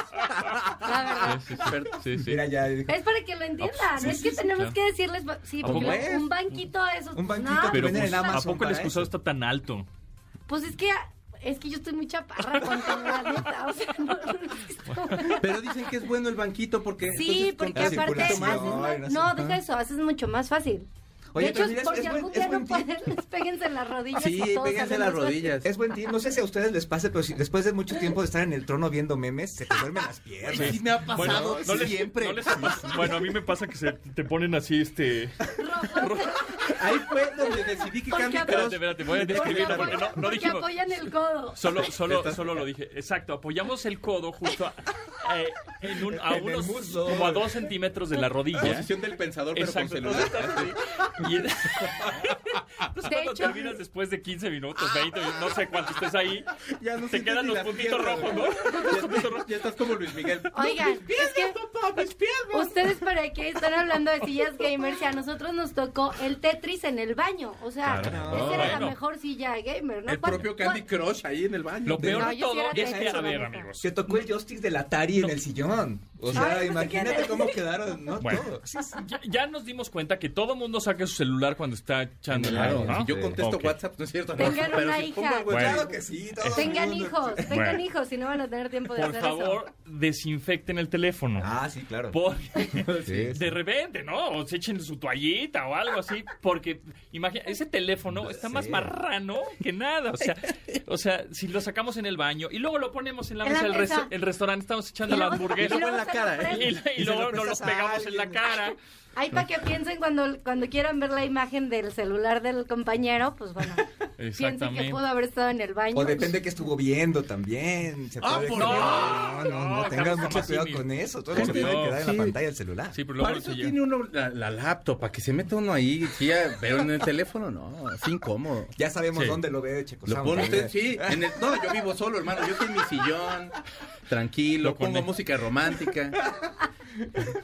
Speaker 4: La verdad.
Speaker 2: Sí, sí, sí, sí.
Speaker 5: Ah. Mira, ya dijo.
Speaker 4: Es para que lo entiendan.
Speaker 2: sí,
Speaker 4: es
Speaker 2: Ah, pues, sí,
Speaker 4: que
Speaker 2: sí,
Speaker 4: tenemos
Speaker 2: claro.
Speaker 4: que decirles. pues, Sí,
Speaker 2: ¿A
Speaker 4: porque
Speaker 2: poco
Speaker 4: luego
Speaker 5: es?
Speaker 4: un banquito de esos. pues,
Speaker 5: Un banquito,
Speaker 4: no,
Speaker 5: pero
Speaker 2: Pero
Speaker 4: pues,
Speaker 5: venden
Speaker 2: pues,
Speaker 5: en
Speaker 2: ¿a
Speaker 5: Amazon
Speaker 2: poco el
Speaker 5: para
Speaker 2: excusado
Speaker 5: eso.
Speaker 2: está tan alto?
Speaker 4: Pues es que. Es que yo estoy muy chaparra con la neta. O sea, no,
Speaker 3: Pero dicen que es bueno el banquito porque entonces,
Speaker 4: Sí,
Speaker 3: con-
Speaker 4: porque
Speaker 5: la
Speaker 4: aparte. haces
Speaker 5: circulación,
Speaker 4: más-
Speaker 5: no sé.
Speaker 4: no, deja eso. Haces mucho más fácil.
Speaker 5: Oye,
Speaker 4: de
Speaker 5: pero
Speaker 4: hecho,
Speaker 5: mira, es-
Speaker 4: porque
Speaker 5: es buen-
Speaker 4: algún
Speaker 5: es
Speaker 4: día no
Speaker 5: buen tip.
Speaker 4: pueden, péguense en las rodillas.
Speaker 3: Sí,
Speaker 4: y todo
Speaker 3: péguense
Speaker 4: sale
Speaker 3: las
Speaker 4: más fácil.
Speaker 3: rodillas.
Speaker 5: Es buen tip. No sé si a ustedes les pase, pero si después de mucho tiempo de estar en el trono viendo memes, se te duermen las piernas.
Speaker 3: Sí me ha pasado
Speaker 2: no les-
Speaker 3: siempre.
Speaker 2: no les ha pas- bueno, a mí me pasa que se te ponen así este.
Speaker 3: Ahí fue donde decidí que
Speaker 4: Porque
Speaker 3: Candy
Speaker 4: aparte-
Speaker 2: Espérate,
Speaker 3: Crush
Speaker 2: espérate, voy a
Speaker 4: Porque,
Speaker 2: describirlo porque no,
Speaker 4: apoyan-
Speaker 2: no
Speaker 4: porque
Speaker 2: dijimos.
Speaker 4: apoyan el codo.
Speaker 2: Solo, solo, solo lo dije. Exacto, apoyamos el codo justo a, eh, en un- a
Speaker 5: En el
Speaker 2: unos
Speaker 5: muslo.
Speaker 2: como a dos centímetros de la rodilla.
Speaker 3: posición del pensador Ah, pero con
Speaker 2: Exacto,
Speaker 3: celular.
Speaker 2: entonces estás así, y- Entonces,
Speaker 4: De
Speaker 2: cuando
Speaker 4: hecho-
Speaker 2: terminas después de 15 minutos, 20, no sé cuánto estés ahí,
Speaker 3: Ya no
Speaker 2: te
Speaker 3: sientes
Speaker 2: quedan
Speaker 3: ni
Speaker 2: los
Speaker 3: las
Speaker 2: puntitos
Speaker 3: piernas,
Speaker 2: rojos, ¿no?
Speaker 3: güey. Ya- Ya estás como Luis Miguel.
Speaker 4: Oigan, es que ustedes para qué están hablando de sillas gamer si a nosotros nos tocó el Tetris en el baño. O sea,
Speaker 2: Claro.
Speaker 4: esa era la
Speaker 2: Bueno.
Speaker 4: mejor silla gamer, ¿no?
Speaker 3: El
Speaker 4: ¿Cuál-
Speaker 3: propio Candy
Speaker 4: cuál-
Speaker 3: Crush ahí en el baño.
Speaker 2: Lo peor
Speaker 4: No,
Speaker 2: de
Speaker 4: yo sí
Speaker 2: todo
Speaker 4: era
Speaker 2: es que,
Speaker 4: tensa,
Speaker 2: a ver,
Speaker 4: la neta.
Speaker 2: amigos.
Speaker 5: Se tocó el joystick del Atari en el sillón. O sea,
Speaker 4: Ay, no te
Speaker 5: imagínate
Speaker 4: quedes.
Speaker 5: cómo quedaron, ¿no?
Speaker 2: Bueno.
Speaker 5: Todos.
Speaker 2: Ya, ya nos dimos cuenta que todo mundo saca su celular cuando está echando el
Speaker 3: Claro,
Speaker 2: aire, ¿no?
Speaker 3: si yo contesto
Speaker 2: Ok.
Speaker 3: WhatsApp, no es cierto.
Speaker 4: Tengan
Speaker 3: no, pero
Speaker 4: una
Speaker 3: si
Speaker 4: hija. Pues,
Speaker 3: pongo algo-
Speaker 2: Bueno.
Speaker 5: pues, Claro que sí. todo el
Speaker 4: Tengan
Speaker 5: mundo.
Speaker 4: hijos, tengan
Speaker 2: Bueno.
Speaker 4: hijos, si no van a tener tiempo de
Speaker 2: Por
Speaker 4: hacer
Speaker 2: favor,
Speaker 4: eso.
Speaker 2: desinfecten el teléfono.
Speaker 5: Ah, sí, claro.
Speaker 2: Porque
Speaker 5: Sí, sí.
Speaker 2: de repente, ¿no? O se echen su toallita o algo así, porque imagina, ese teléfono está más
Speaker 5: Sí.
Speaker 2: marrano que nada. O sea, o sea, si lo sacamos en el baño y luego lo ponemos en la
Speaker 4: En
Speaker 2: mesa
Speaker 4: la
Speaker 2: del res-
Speaker 4: mesa.
Speaker 2: el restaurante, estamos echando la
Speaker 4: luego-
Speaker 2: hamburguesa.
Speaker 4: y luego
Speaker 3: en la
Speaker 4: se
Speaker 3: cara, ¿eh?
Speaker 4: lo prenden.
Speaker 2: Y, la- y
Speaker 5: Y se
Speaker 2: luego
Speaker 5: lo
Speaker 2: nos los
Speaker 5: prestas a
Speaker 2: pegamos en la
Speaker 5: alguien.
Speaker 2: cara.
Speaker 4: Ahí para que piensen cuando, cuando quieran ver la imagen del celular del compañero, pues bueno, piensen que
Speaker 2: Exactamente.
Speaker 4: pudo haber estado en el baño.
Speaker 5: O depende que estuvo viendo también. se
Speaker 3: Ah,
Speaker 5: puede
Speaker 3: por
Speaker 5: quedar-
Speaker 2: no.
Speaker 5: no, no, no,
Speaker 2: No,
Speaker 5: tengan
Speaker 2: jamás,
Speaker 5: mucho
Speaker 2: jamás,
Speaker 5: cuidado
Speaker 2: Ah, sí,
Speaker 5: con eso. Todo
Speaker 2: Por
Speaker 5: se puede
Speaker 2: Dios.
Speaker 5: quedar en la
Speaker 3: Sí.
Speaker 5: pantalla del celular.
Speaker 2: Sí, pero luego
Speaker 3: Para
Speaker 2: no
Speaker 3: eso
Speaker 2: se lleva.
Speaker 3: tiene uno la, la laptop, para que se meta uno ahí. Sí, ya, pero en el teléfono no, es incómodo. Pues,
Speaker 5: Ya sabemos
Speaker 2: Sí.
Speaker 5: dónde lo ve Checo ¿eh?
Speaker 3: Lo
Speaker 5: Sound
Speaker 3: pone
Speaker 5: también.
Speaker 3: usted, sí. en el- no, yo vivo solo, hermano. Yo estoy en mi sillón, tranquilo,
Speaker 2: Lo
Speaker 3: pongo
Speaker 2: conecto.
Speaker 3: música romántica.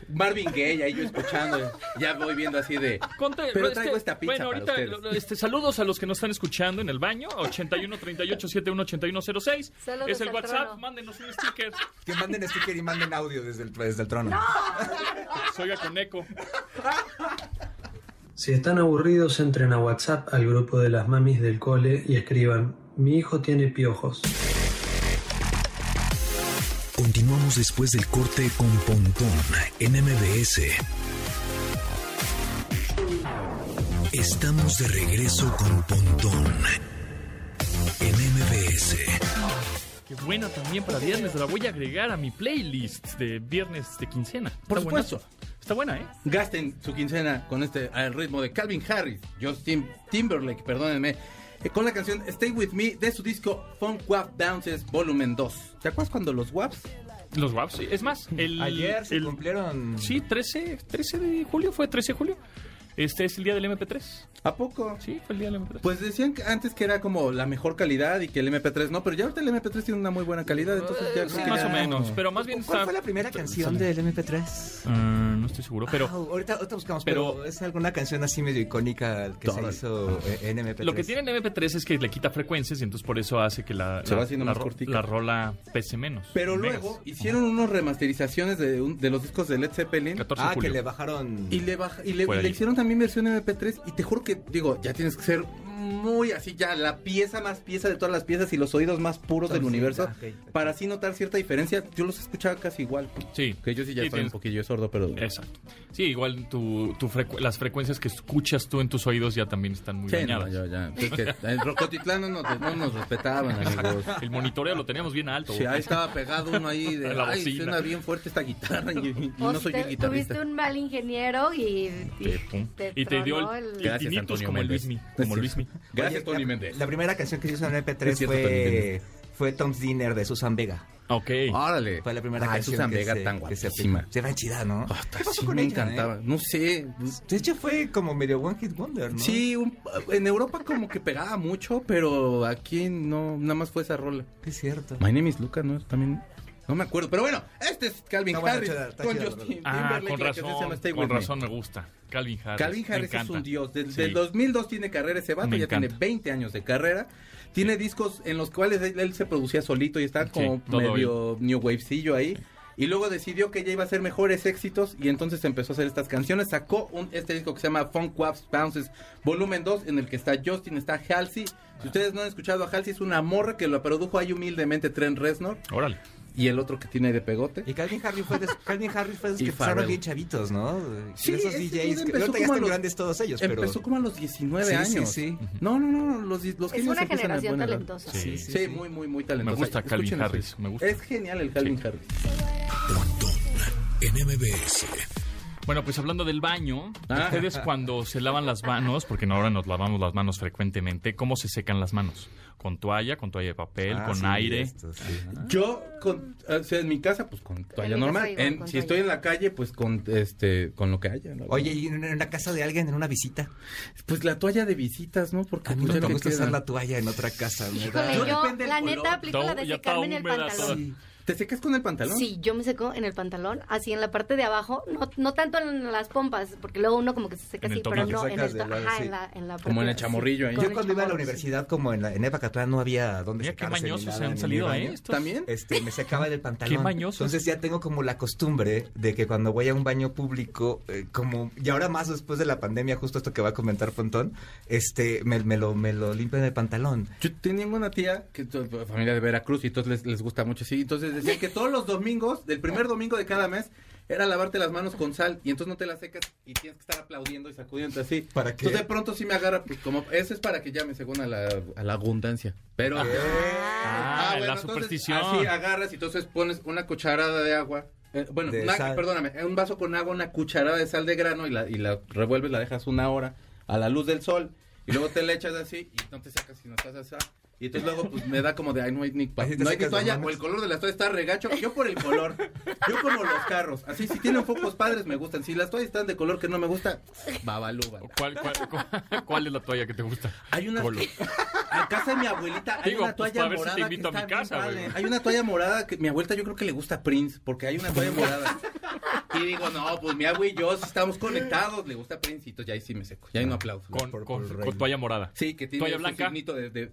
Speaker 3: Marvin Gaye, ahí yo escuchando. Ya voy viendo así de.
Speaker 2: Conte-
Speaker 3: Pero
Speaker 2: este-
Speaker 3: traigo esta pizza.
Speaker 2: Bueno,
Speaker 3: para
Speaker 2: ahorita
Speaker 3: ustedes.
Speaker 2: lo- lo- este, saludos a los que nos están escuchando en el baño. 81 38 71 81 06.
Speaker 4: Saludos
Speaker 2: Es el
Speaker 4: al
Speaker 2: WhatsApp.
Speaker 4: trono.
Speaker 2: Mándenos un sticker.
Speaker 5: Que manden sticker y manden audio desde el, desde el trono.
Speaker 2: Se oiga con eco.
Speaker 7: Si están aburridos, entren a WhatsApp al grupo de las mamis del cole y escriban, mi hijo tiene piojos.
Speaker 1: Continuamos después del corte con Pontón en MBS. Estamos de regreso con Pontón en MBS.
Speaker 2: Qué buena también para viernes. La voy a agregar a mi playlist de viernes de quincena.
Speaker 3: Por
Speaker 2: Está
Speaker 3: supuesto.
Speaker 2: buena. Está buena, ¿eh?
Speaker 3: Gasten su quincena con este al ritmo de Calvin Harris, Justin Timberlake, perdónenme, eh, con la canción Stay With Me de su disco Funk Wap Bounces Volumen 2. ¿Te acuerdas cuando los WAPs
Speaker 2: Los guapos, sí. Es más, el,
Speaker 5: Ayer se
Speaker 2: el-
Speaker 5: cumplieron.
Speaker 2: Sí, 13, 13 de julio, fue 13 de julio. Este es el día del MP3.
Speaker 3: ¿A poco?
Speaker 2: Sí, fue el día del MP3.
Speaker 3: Pues decían que antes que era como la mejor calidad y que el MP3 no, pero ya ahorita el MP3 tiene una muy buena calidad, entonces ya
Speaker 5: Eh,
Speaker 3: creo
Speaker 2: Sí,
Speaker 3: que
Speaker 2: más
Speaker 3: ya-
Speaker 2: o menos, pero más bien
Speaker 5: ¿Cuál
Speaker 2: está-
Speaker 5: fue la primera canción del MP3?
Speaker 2: Ah, no estoy seguro, pero
Speaker 5: Ah, ahorita, ahorita buscamos, pero,
Speaker 2: pero-
Speaker 5: es alguna canción así medio icónica que
Speaker 3: Todo.
Speaker 5: se hizo eh, en MP3.
Speaker 2: Lo que tiene el MP3 es que le quita frecuencias y entonces por eso hace que la,
Speaker 3: Se
Speaker 2: la-
Speaker 3: va haciendo
Speaker 2: la
Speaker 3: más
Speaker 2: ro-
Speaker 3: cortica.
Speaker 2: la rola pese menos.
Speaker 3: Pero
Speaker 2: en
Speaker 3: luego
Speaker 2: megas.
Speaker 3: hicieron unas remasterizaciones de, un- de los discos de Led Zeppelin
Speaker 2: 14 de
Speaker 5: Ah, que
Speaker 2: julio.
Speaker 5: le bajaron.
Speaker 3: y le, baj- y le,
Speaker 2: Fuera
Speaker 3: y le
Speaker 2: ahí.
Speaker 3: hicieron también versión MP3 y te juro que, digo, ya tienes que ser muy así, ya la pieza más pieza de todas las piezas y los oídos más puros del
Speaker 5: Sí,
Speaker 3: universo
Speaker 5: ya, ah, ok.
Speaker 3: para así notar cierta diferencia. Yo los escuchaba casi igual.
Speaker 2: Sí.
Speaker 3: Que yo sí ya
Speaker 2: Sí,
Speaker 3: estoy un
Speaker 2: tienes-
Speaker 3: poquillo sordo, pero...
Speaker 2: Exacto. Sí, igual tu, tu frecu- las frecuencias que escuchas tú en tus oídos ya también están muy
Speaker 3: Sí, no,
Speaker 2: dañadas.
Speaker 3: yo ya. Es que en Rocotitlán no nos, no nos respetaban, amigos.
Speaker 2: El monitoreo lo teníamos bien alto.
Speaker 3: Sí, ahí estaba pegado uno ahí de,
Speaker 2: La
Speaker 3: ay,
Speaker 2: bocina".
Speaker 3: suena bien fuerte esta guitarra y, y
Speaker 4: Pues
Speaker 3: no soy
Speaker 4: te-
Speaker 3: yo guitarrista.
Speaker 4: Tuviste un mal ingeniero y, y
Speaker 2: Te- pum. y te dio
Speaker 4: tronó
Speaker 2: el,
Speaker 3: Gracias,
Speaker 2: tinnitus
Speaker 3: Antonio
Speaker 2: como el
Speaker 3: Méndez.
Speaker 2: Luismi, como
Speaker 3: Sí.
Speaker 2: Luismi.
Speaker 3: Gracias,
Speaker 5: Oye,
Speaker 3: Tony
Speaker 5: la-
Speaker 3: Méndez.
Speaker 5: La primera canción que se hizo en
Speaker 3: Es
Speaker 5: MP3
Speaker 3: cierto, Tony
Speaker 5: fue,
Speaker 3: Méndez.
Speaker 5: fue Tom's Dinner de Susan Vega.
Speaker 2: Ok.
Speaker 3: Órale.
Speaker 5: Fue la primera
Speaker 3: Ay,
Speaker 5: canción
Speaker 3: Ah, Susan
Speaker 5: que
Speaker 3: Vega
Speaker 5: se,
Speaker 3: tan
Speaker 5: que se,
Speaker 3: guapísima.
Speaker 5: se ve chida, ¿no?
Speaker 3: Ah, Hasta
Speaker 5: ¿Qué pasó
Speaker 3: sí
Speaker 5: con
Speaker 3: me
Speaker 5: ella,
Speaker 3: encantaba.
Speaker 5: eh?
Speaker 3: No sé. pues,
Speaker 5: De hecho fue como medio One Hit Wonder, ¿no?
Speaker 3: Sí, un- en Europa como que pegaba mucho, pero aquí no, nada más fue esa rola.
Speaker 5: Es cierto.
Speaker 3: My name is Luca, ¿no? También. No me acuerdo, pero bueno, este es Calvin
Speaker 5: Está buena,
Speaker 3: Harris
Speaker 5: chida, está
Speaker 3: con
Speaker 5: chida la
Speaker 3: Justin
Speaker 2: Ah,
Speaker 3: Timberlake,
Speaker 2: con
Speaker 3: la canción se llama
Speaker 2: razón.
Speaker 3: Stay
Speaker 2: Con
Speaker 3: With Me.
Speaker 2: razón me gusta. Calvin Harris.
Speaker 3: Calvin
Speaker 2: me
Speaker 3: Harris es
Speaker 2: encanta.
Speaker 3: un dios. Desde
Speaker 2: Sí.
Speaker 3: el 2002 tiene carrera ese vato,
Speaker 2: Me
Speaker 3: ya tiene
Speaker 2: encanta.
Speaker 3: 20 años de carrera. Tiene discos en los cuales él, él se producía solito y estaba
Speaker 2: Sí,
Speaker 3: como
Speaker 2: todo
Speaker 3: medio new wavecillo ahí. Y luego decidió que ya iba a hacer mejores éxitos y entonces empezó a hacer estas canciones. Sacó un, este disco que se llama Funk Waps Bounces Volumen 2 en el que está Justin, está Halsey. Si ustedes no han escuchado a Halsey, es una morra que lo produjo ahí humildemente Trent Reznor
Speaker 2: Órale.
Speaker 3: y el otro que tiene ahí de pegote.
Speaker 5: Y Calvin Harris fue de, Calvin Harris fue de los
Speaker 3: Y
Speaker 5: que empezaron
Speaker 3: Pharrell.
Speaker 5: bien chavitos, ¿no?
Speaker 3: Sí,
Speaker 5: De esos
Speaker 3: ese
Speaker 5: DJs.
Speaker 3: dude
Speaker 5: Que,
Speaker 3: empezó
Speaker 5: ahorita ya
Speaker 3: como a
Speaker 5: están
Speaker 3: los-
Speaker 5: grandes todos ellos, pero... Ah,
Speaker 3: Empezó como a los 19
Speaker 5: Sí, sí,
Speaker 3: años.
Speaker 5: sí.
Speaker 3: No, no, no, los, los
Speaker 4: Es
Speaker 3: genios empiezan
Speaker 4: una
Speaker 3: a
Speaker 4: generación
Speaker 3: buena edad.
Speaker 4: talentosa.
Speaker 2: Sí.
Speaker 3: Sí, muy, muy, muy talentoso.
Speaker 2: Me gusta
Speaker 3: Escuchen
Speaker 2: Calvin
Speaker 3: eso.
Speaker 2: Harris, me gusta.
Speaker 3: Es genial el Calvin Harris.
Speaker 1: Pontón en MBS.
Speaker 2: Bueno, pues hablando del baño,
Speaker 3: Ah.
Speaker 2: ustedes cuando se lavan las manos, porque ahora nos lavamos las manos frecuentemente, ¿cómo se secan las manos? ¿Con toalla, con toalla de papel,
Speaker 5: Ah,
Speaker 2: con
Speaker 5: sí,
Speaker 2: aire?
Speaker 5: esto, sí.
Speaker 3: Yo, con, o sea, en mi casa, pues con toalla
Speaker 4: mi casa
Speaker 3: normal.
Speaker 4: igual,
Speaker 3: En-
Speaker 4: con
Speaker 3: si
Speaker 4: toalla.
Speaker 3: estoy en la calle, pues con este con lo que haya. ¿no?
Speaker 5: Oye, y en en la casa de alguien, en una visita.
Speaker 3: Pues la toalla de visitas, ¿no?
Speaker 2: Ah,
Speaker 3: Porque
Speaker 5: A mí
Speaker 3: pues, ya
Speaker 5: no me
Speaker 3: que
Speaker 5: gusta
Speaker 3: queda.
Speaker 5: usar la toalla en otra casa. me da-
Speaker 4: Híjole, yo,
Speaker 3: Depende del
Speaker 4: la
Speaker 3: color.
Speaker 4: neta, aplico la de
Speaker 2: Ya está
Speaker 4: secarme en el
Speaker 2: húmeda
Speaker 4: pantalón.
Speaker 2: toda.
Speaker 3: ¿Te secas con el pantalón?
Speaker 4: Sí, yo me seco en el pantalón, así en la parte de abajo, no, no tanto en las pompas, porque luego uno como que se seca
Speaker 2: En el
Speaker 4: así, pero
Speaker 2: tobillo.
Speaker 4: no
Speaker 5: Te
Speaker 4: en
Speaker 5: sacas
Speaker 4: el
Speaker 5: del
Speaker 4: to-
Speaker 5: lado,
Speaker 4: ajá,
Speaker 5: sí.
Speaker 4: en la, en la
Speaker 3: Como en el
Speaker 4: parte,
Speaker 3: chamorrillo, ¿eh?
Speaker 4: sí,
Speaker 3: Yo
Speaker 4: con
Speaker 5: Yo
Speaker 4: el
Speaker 5: cuando iba a la
Speaker 4: chamorro, sí.
Speaker 5: universidad, como en, la, en Epacatán, no había dónde
Speaker 2: Mira qué
Speaker 5: secarse ni
Speaker 2: mañosos
Speaker 5: nada,
Speaker 2: se han
Speaker 5: ni
Speaker 2: salido,
Speaker 5: baño.
Speaker 2: ¿eh? Estos-
Speaker 3: ¿También?
Speaker 5: Este, me secaba del pantalón.
Speaker 2: Qué mañosos.
Speaker 5: Entonces ya tengo como la costumbre de que cuando voy a un baño público, eh, como, y ahora más después de la pandemia, justo esto que va a comentar Pontón, este, me, me lo, me lo limpio en el pantalón.
Speaker 3: Yo tenía una tía que to- familia de Veracruz y entonces les, les gusta mucho sí, entonces decía que todos los domingos, del primer domingo de cada mes, era lavarte las manos con sal y entonces no te las secas y tienes que estar aplaudiendo y sacudiendo así.
Speaker 5: ¿Para qué?
Speaker 3: Entonces de pronto sí me agarra pues, como eso es para que llame según a la, a la abundancia. Pero
Speaker 2: Ah,
Speaker 3: bueno,
Speaker 2: la
Speaker 3: entonces,
Speaker 2: superstición.
Speaker 3: Así agarras y entonces pones una cucharada de agua. eh, bueno,
Speaker 5: De
Speaker 3: una-
Speaker 5: sal.
Speaker 3: perdóname, eh, un vaso con agua, una cucharada de sal de grano y la, y la revuelves, la dejas una hora a la luz del sol y luego te la echas así y no te sacas si no estás así. Y entonces luego pues me da como de, ay, no hay ni, pa-
Speaker 5: Así te
Speaker 3: no hay ni
Speaker 5: sacas las
Speaker 3: toalla
Speaker 5: manos.
Speaker 3: o el color de la toalla está regacho. Yo por el color, yo como los carros. Así, si tienen focos padres me gustan. Si las toallas están de color que no me gusta, babalúban.
Speaker 2: ¿Cuál, cuál, cuál, cuál es la toalla que te gusta?
Speaker 3: Hay una
Speaker 2: Colo.
Speaker 3: a casa de mi abuelita hay
Speaker 2: Digo,
Speaker 3: una
Speaker 2: pues,
Speaker 3: toalla
Speaker 2: para ver si te
Speaker 3: morada que
Speaker 2: invito a
Speaker 3: está
Speaker 2: mi
Speaker 3: bien
Speaker 2: casa,
Speaker 3: padre.
Speaker 2: güey.
Speaker 3: Hay una toalla morada que mi abuelita yo creo que le gusta Prince porque hay una toalla morada. Y digo, no, pues mi abuelo y yo sí estamos conectados, le gusta Prince y entonces ya ahí sí me seco, ya ahí no aplaudo.
Speaker 2: Ah, Con,
Speaker 5: Por-
Speaker 2: con-
Speaker 5: por
Speaker 2: con
Speaker 5: rey.
Speaker 2: toalla morada.
Speaker 3: Sí, que tiene
Speaker 2: Toalla
Speaker 3: su
Speaker 2: blanca.
Speaker 3: signito de, de-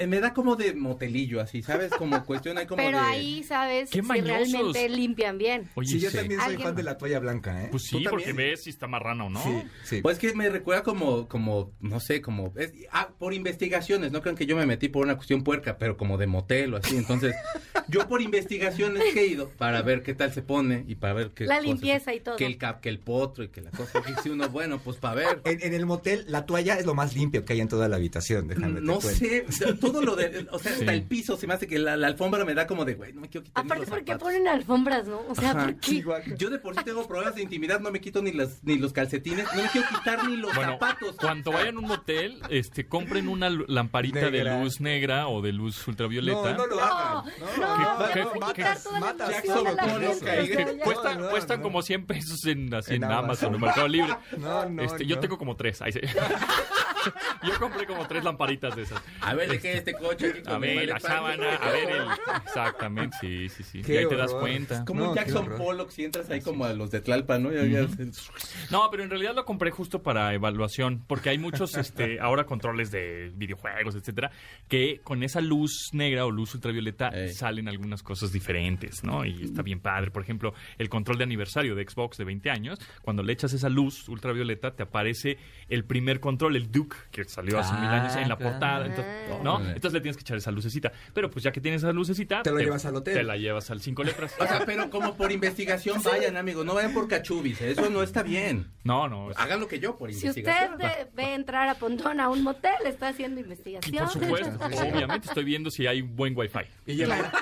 Speaker 3: eh, me da como de motelillo así, ¿sabes? Como cuestión hay como
Speaker 4: Pero
Speaker 3: de
Speaker 4: ahí sabes
Speaker 2: Qué
Speaker 4: si
Speaker 2: mañosos.
Speaker 4: realmente limpian bien.
Speaker 2: Oye,
Speaker 5: sí, yo
Speaker 2: sí.
Speaker 5: también soy
Speaker 4: Alguien-
Speaker 5: fan de la toalla blanca, ¿eh?
Speaker 2: Pues sí,
Speaker 3: ¿Tú
Speaker 2: porque
Speaker 3: también?
Speaker 2: ves si está marrano o no.
Speaker 5: Sí, sí.
Speaker 3: Pues que me recuerda como, como, no sé, como, es- ah, por investigaciones, no crean que yo me metí por una cuestión puerca, pero como de motel o así, entonces, yo por investigaciones que he ido para ver qué tal se pone y para ver qué
Speaker 4: La
Speaker 3: cosas
Speaker 4: limpieza y todo.
Speaker 3: Que el cap, que el potro y que la cosa. Y si uno, bueno, pues para ver.
Speaker 5: En, en el motel, la toalla es lo más limpio que hay en toda la habitación, déjame te
Speaker 3: No
Speaker 5: cuento.
Speaker 3: sé, o sea, todo lo de, o sea,
Speaker 2: Sí.
Speaker 3: hasta el piso se me hace que la, la alfombra me da como de, güey, no me quiero quitar ni
Speaker 4: Aparte
Speaker 3: los
Speaker 4: porque
Speaker 3: zapatos.
Speaker 4: ponen alfombras, ¿no? O sea,
Speaker 3: Ajá.
Speaker 4: Ah, ¿por qué?
Speaker 3: Yo de por sí tengo problemas de intimidad, no me quito ni las ni los calcetines, no me quiero quitar ni los
Speaker 2: Bueno,
Speaker 3: zapatos.
Speaker 2: cuando vayan a un motel, este, compren una lu- lamparita
Speaker 5: Negra.
Speaker 2: de luz negra o de luz ultravioleta.
Speaker 5: No, no lo
Speaker 4: No, no,
Speaker 5: hagan.
Speaker 2: ¿Qué- qué-
Speaker 4: ya vas a
Speaker 2: qué-
Speaker 4: quitar toda la
Speaker 5: matas,
Speaker 4: ilusión a la
Speaker 5: matas,
Speaker 4: gente,
Speaker 3: matas,
Speaker 4: o sea,
Speaker 5: matas.
Speaker 4: ya-
Speaker 2: Cuestan,
Speaker 5: No, no,
Speaker 2: cuestan
Speaker 5: no.
Speaker 2: como 100 pesos en, así
Speaker 5: En
Speaker 2: en Amazon,
Speaker 5: Amazon.
Speaker 2: en Mercado Libre.
Speaker 5: No, no,
Speaker 2: Este, Yo
Speaker 5: no.
Speaker 2: tengo como tres. Ahí se- yo compré como tres lamparitas de esas.
Speaker 3: A ver, de qué este coche aquí con
Speaker 2: A
Speaker 3: mi
Speaker 2: ver, la
Speaker 3: maleta.
Speaker 2: sábana, a ver el... Exactamente, sí, sí, sí.
Speaker 5: Qué
Speaker 2: Y ahí te das
Speaker 5: horror.
Speaker 2: cuenta.
Speaker 3: Como
Speaker 5: No,
Speaker 3: un
Speaker 5: qué
Speaker 3: Jackson
Speaker 5: horror.
Speaker 3: Pollock si entras ahí como a los de Tlalpan, ¿no? Ya- ya-
Speaker 2: No, pero en realidad lo compré justo para evaluación, porque hay muchos este, ahora controles de videojuegos, etcétera, que con esa luz negra o luz ultravioleta
Speaker 3: Ey.
Speaker 2: salen algunas cosas diferentes, ¿no? Y está bien padre. Por ejemplo, el control de aniversario de Xbox de 20 años, cuando le echas esa luz ultravioleta, te aparece el primer control, el Duke, que salió hace
Speaker 5: Ah,
Speaker 2: mil años en la
Speaker 5: claro.
Speaker 2: portada, entonces, ¿no?
Speaker 3: Órale.
Speaker 2: Entonces le tienes que echar esa lucecita. Pero pues ya que tienes esa lucecita,
Speaker 5: Te lo llevas al hotel.
Speaker 2: Te la llevas al cinco letras.
Speaker 3: O sea, pero como por investigación vayan, amigos, no vayan por cachubis, ¿eh? eso no está bien.
Speaker 2: No, no.
Speaker 5: Ah,
Speaker 2: es-
Speaker 3: Pues Hagan lo que yo por
Speaker 4: Si
Speaker 3: investigación.
Speaker 4: usted ve- ve entrar a Pontón a un motel, está haciendo investigación.
Speaker 2: Por supuesto, obviamente estoy viendo si hay buen wifi.
Speaker 5: Y ya-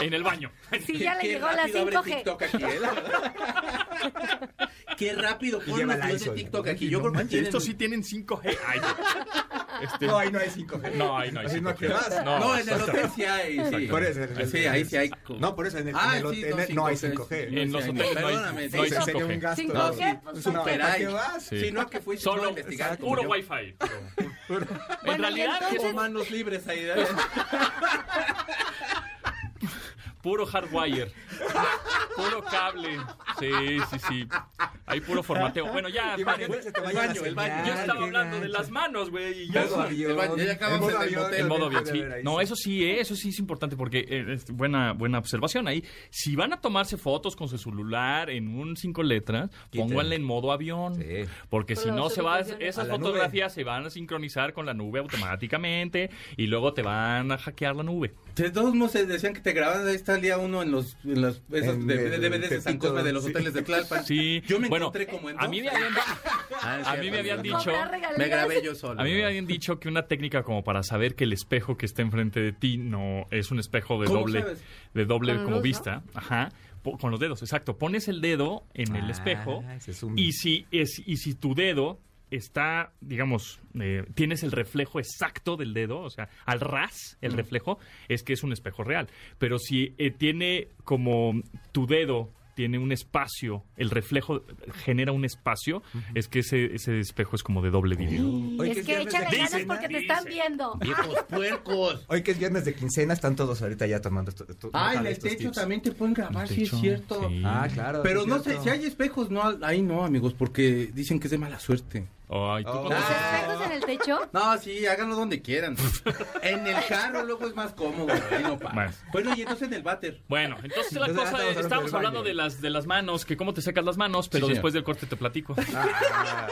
Speaker 2: En el baño.
Speaker 4: Si ya le
Speaker 3: Qué
Speaker 4: llegó la
Speaker 3: rápido abre
Speaker 4: 5G.
Speaker 3: TikTok aquí, ¿eh? La verdad. Qué rápido
Speaker 5: lleva
Speaker 3: ponen los
Speaker 5: la
Speaker 3: videos de
Speaker 5: ISO,
Speaker 3: TikTok
Speaker 5: ¿no?
Speaker 3: aquí. Yo creo que tienen-
Speaker 2: Estos sí tienen 5G. Ay, este,
Speaker 5: No, ahí no hay 5G.
Speaker 2: no, ay, no hay
Speaker 5: Ahí no
Speaker 2: 5G.
Speaker 5: que vas.
Speaker 2: No,
Speaker 3: No, en el
Speaker 2: exacto.
Speaker 3: hotel sí hay. Sí,
Speaker 5: Por eso, en el-
Speaker 3: Sí, ahí sí hay.
Speaker 5: No, por eso en el,
Speaker 3: Ah,
Speaker 5: en el
Speaker 3: sí,
Speaker 5: hotel no, hay 5G.
Speaker 2: En los
Speaker 3: Sí,
Speaker 2: hoteles no hay-
Speaker 3: perdóname,
Speaker 2: no hay
Speaker 3: sí,
Speaker 5: Ese sería
Speaker 2: 5G.
Speaker 5: un gasto.
Speaker 4: 5G, pues,
Speaker 5: Es
Speaker 4: no.
Speaker 5: una- ¿Para qué vas?
Speaker 2: Sí.
Speaker 3: Si no, que fuiste solo a
Speaker 2: Solo
Speaker 3: investigar. como
Speaker 2: puro
Speaker 3: yo.
Speaker 2: wifi. En
Speaker 4: Bueno, y
Speaker 2: realidad
Speaker 4: entonces-
Speaker 3: O manos libres ahí. ¿eh?
Speaker 2: es puro hardwire. Puro cable. Sí, sí, sí. Hay puro formateo. Bueno, ya, paren.
Speaker 5: Imagínate que te vayan a
Speaker 3: baño, el baño.
Speaker 5: cenar,
Speaker 2: Yo estaba
Speaker 5: qué
Speaker 2: hablando de
Speaker 5: gacho.
Speaker 2: las manos, güey. y ya.
Speaker 5: Modo avión.
Speaker 3: El baño, ya acabamos
Speaker 5: El
Speaker 3: en
Speaker 5: modo
Speaker 3: el
Speaker 5: avión,
Speaker 3: motel.
Speaker 2: El modo
Speaker 5: debe
Speaker 2: avión,
Speaker 5: de
Speaker 2: sí.
Speaker 5: haber ahí,
Speaker 2: No,
Speaker 5: sí.
Speaker 2: eso sí, eh, eso sí es importante porque eh, es buena, buena observación ahí. Si van a tomarse fotos con su celular en un cinco letras,
Speaker 5: Quítenlo.
Speaker 2: pónganle en modo avión.
Speaker 5: Sí.
Speaker 2: Porque
Speaker 4: Con
Speaker 2: si
Speaker 4: las
Speaker 2: no se va,
Speaker 4: ubicaciones.
Speaker 2: esas
Speaker 5: A la nube.
Speaker 2: fotografías se van a sincronizar con la nube automáticamente y luego te van a hackear la nube.
Speaker 3: De todos modos, eh, decían que te grababan. Ahí está el día uno en los en las- esos
Speaker 5: En
Speaker 3: de- de-
Speaker 5: el
Speaker 3: DVDs de San
Speaker 5: Tepito,
Speaker 3: Cosme de los
Speaker 5: sí.
Speaker 3: hoteles de Tlalpan.
Speaker 2: Sí.
Speaker 3: Yo me
Speaker 2: Bueno,
Speaker 3: encontré como en
Speaker 2: A mí me habían,
Speaker 3: Ah,
Speaker 2: a mí me habían dicho-
Speaker 4: Cobrar regalías.
Speaker 3: Me grabé yo solo.
Speaker 2: a mí me habían dicho que una técnica como para saber que el espejo que está enfrente de ti no es un espejo de
Speaker 3: ¿Cómo
Speaker 2: doble
Speaker 3: sabes?
Speaker 2: de doble
Speaker 4: Con
Speaker 2: como
Speaker 4: luz, ¿no?
Speaker 2: vista, ajá, po- con los dedos, exacto. Pones el dedo en el
Speaker 5: Ah,
Speaker 2: espejo
Speaker 5: ese es un-
Speaker 2: y si es y si tu dedo está, digamos, eh, tienes el reflejo exacto del dedo, o sea, al ras
Speaker 5: Mm.
Speaker 2: el reflejo es que es un espejo real. Pero si eh, tiene como tu dedo tiene un espacio, el reflejo genera un espacio, es que ese, ese espejo es como de doble vidrio.
Speaker 5: Oye,
Speaker 4: Es
Speaker 5: ¿qué
Speaker 4: que
Speaker 5: viernes de
Speaker 4: échale ganas
Speaker 5: quincena?
Speaker 4: porque te están
Speaker 2: Dice.
Speaker 4: viendo.
Speaker 3: Viejos puercos.
Speaker 5: Hoy que es viernes de quincena, están todos ahorita ya tomando esto. esto-
Speaker 3: Ah, en
Speaker 5: nota de
Speaker 3: el
Speaker 5: estos
Speaker 3: techo
Speaker 5: tips.
Speaker 3: también te pueden grabar, sí es
Speaker 2: techo,
Speaker 3: cierto.
Speaker 2: sí.
Speaker 5: Ah, claro.
Speaker 3: Pero
Speaker 5: sí,
Speaker 3: no
Speaker 5: es
Speaker 3: sé,
Speaker 5: cierto.
Speaker 3: si hay espejos, no, ahí no, amigos, porque dicen que es de mala suerte.
Speaker 2: Ay, ¿tú
Speaker 5: Oh.
Speaker 2: cuando-
Speaker 4: ¿Los espejos en el techo?
Speaker 3: No, sí, háganlo donde quieran. en el carro luego es más cómodo, ahí no pasa.
Speaker 2: Más.
Speaker 3: Bueno, y entonces en el váter.
Speaker 2: Bueno, entonces la
Speaker 5: Entonces,
Speaker 2: cosa
Speaker 5: ahora
Speaker 2: es,
Speaker 5: estamos
Speaker 2: estamos
Speaker 5: hablando del
Speaker 2: hablando
Speaker 5: baño.
Speaker 2: de las de las manos, que cómo te secas las manos, pero
Speaker 3: señor.
Speaker 2: después del corte te platico.
Speaker 5: Ah,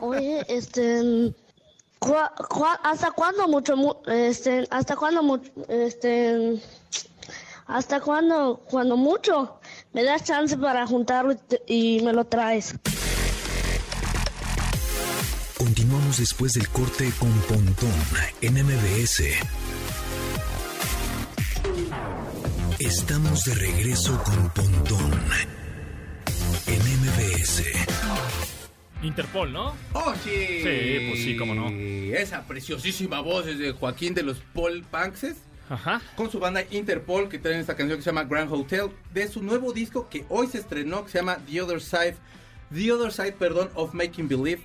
Speaker 8: Oye, este, ¿cuá- cuá- ¿hasta cuándo mucho, mu- este, hasta cuándo mucho, este, hasta cuándo, cuando mucho, me das chance para juntarlo y te- y me lo traes?
Speaker 1: Continuamos después del corte con Pontón en MBS. Estamos de regreso con Pontón en MBS.
Speaker 2: Interpol, ¿no?
Speaker 3: ¡Oh, sí!
Speaker 2: Sí, pues sí, cómo no.
Speaker 3: Esa preciosísima voz es de Joaquín de los Paul Panxes.
Speaker 2: Ajá.
Speaker 3: Con su banda Interpol, que traen esta canción que se llama Grand Hotel, de su nuevo disco que hoy se estrenó, que se llama The Other Side, The Other Side, perdón, of Making Believe.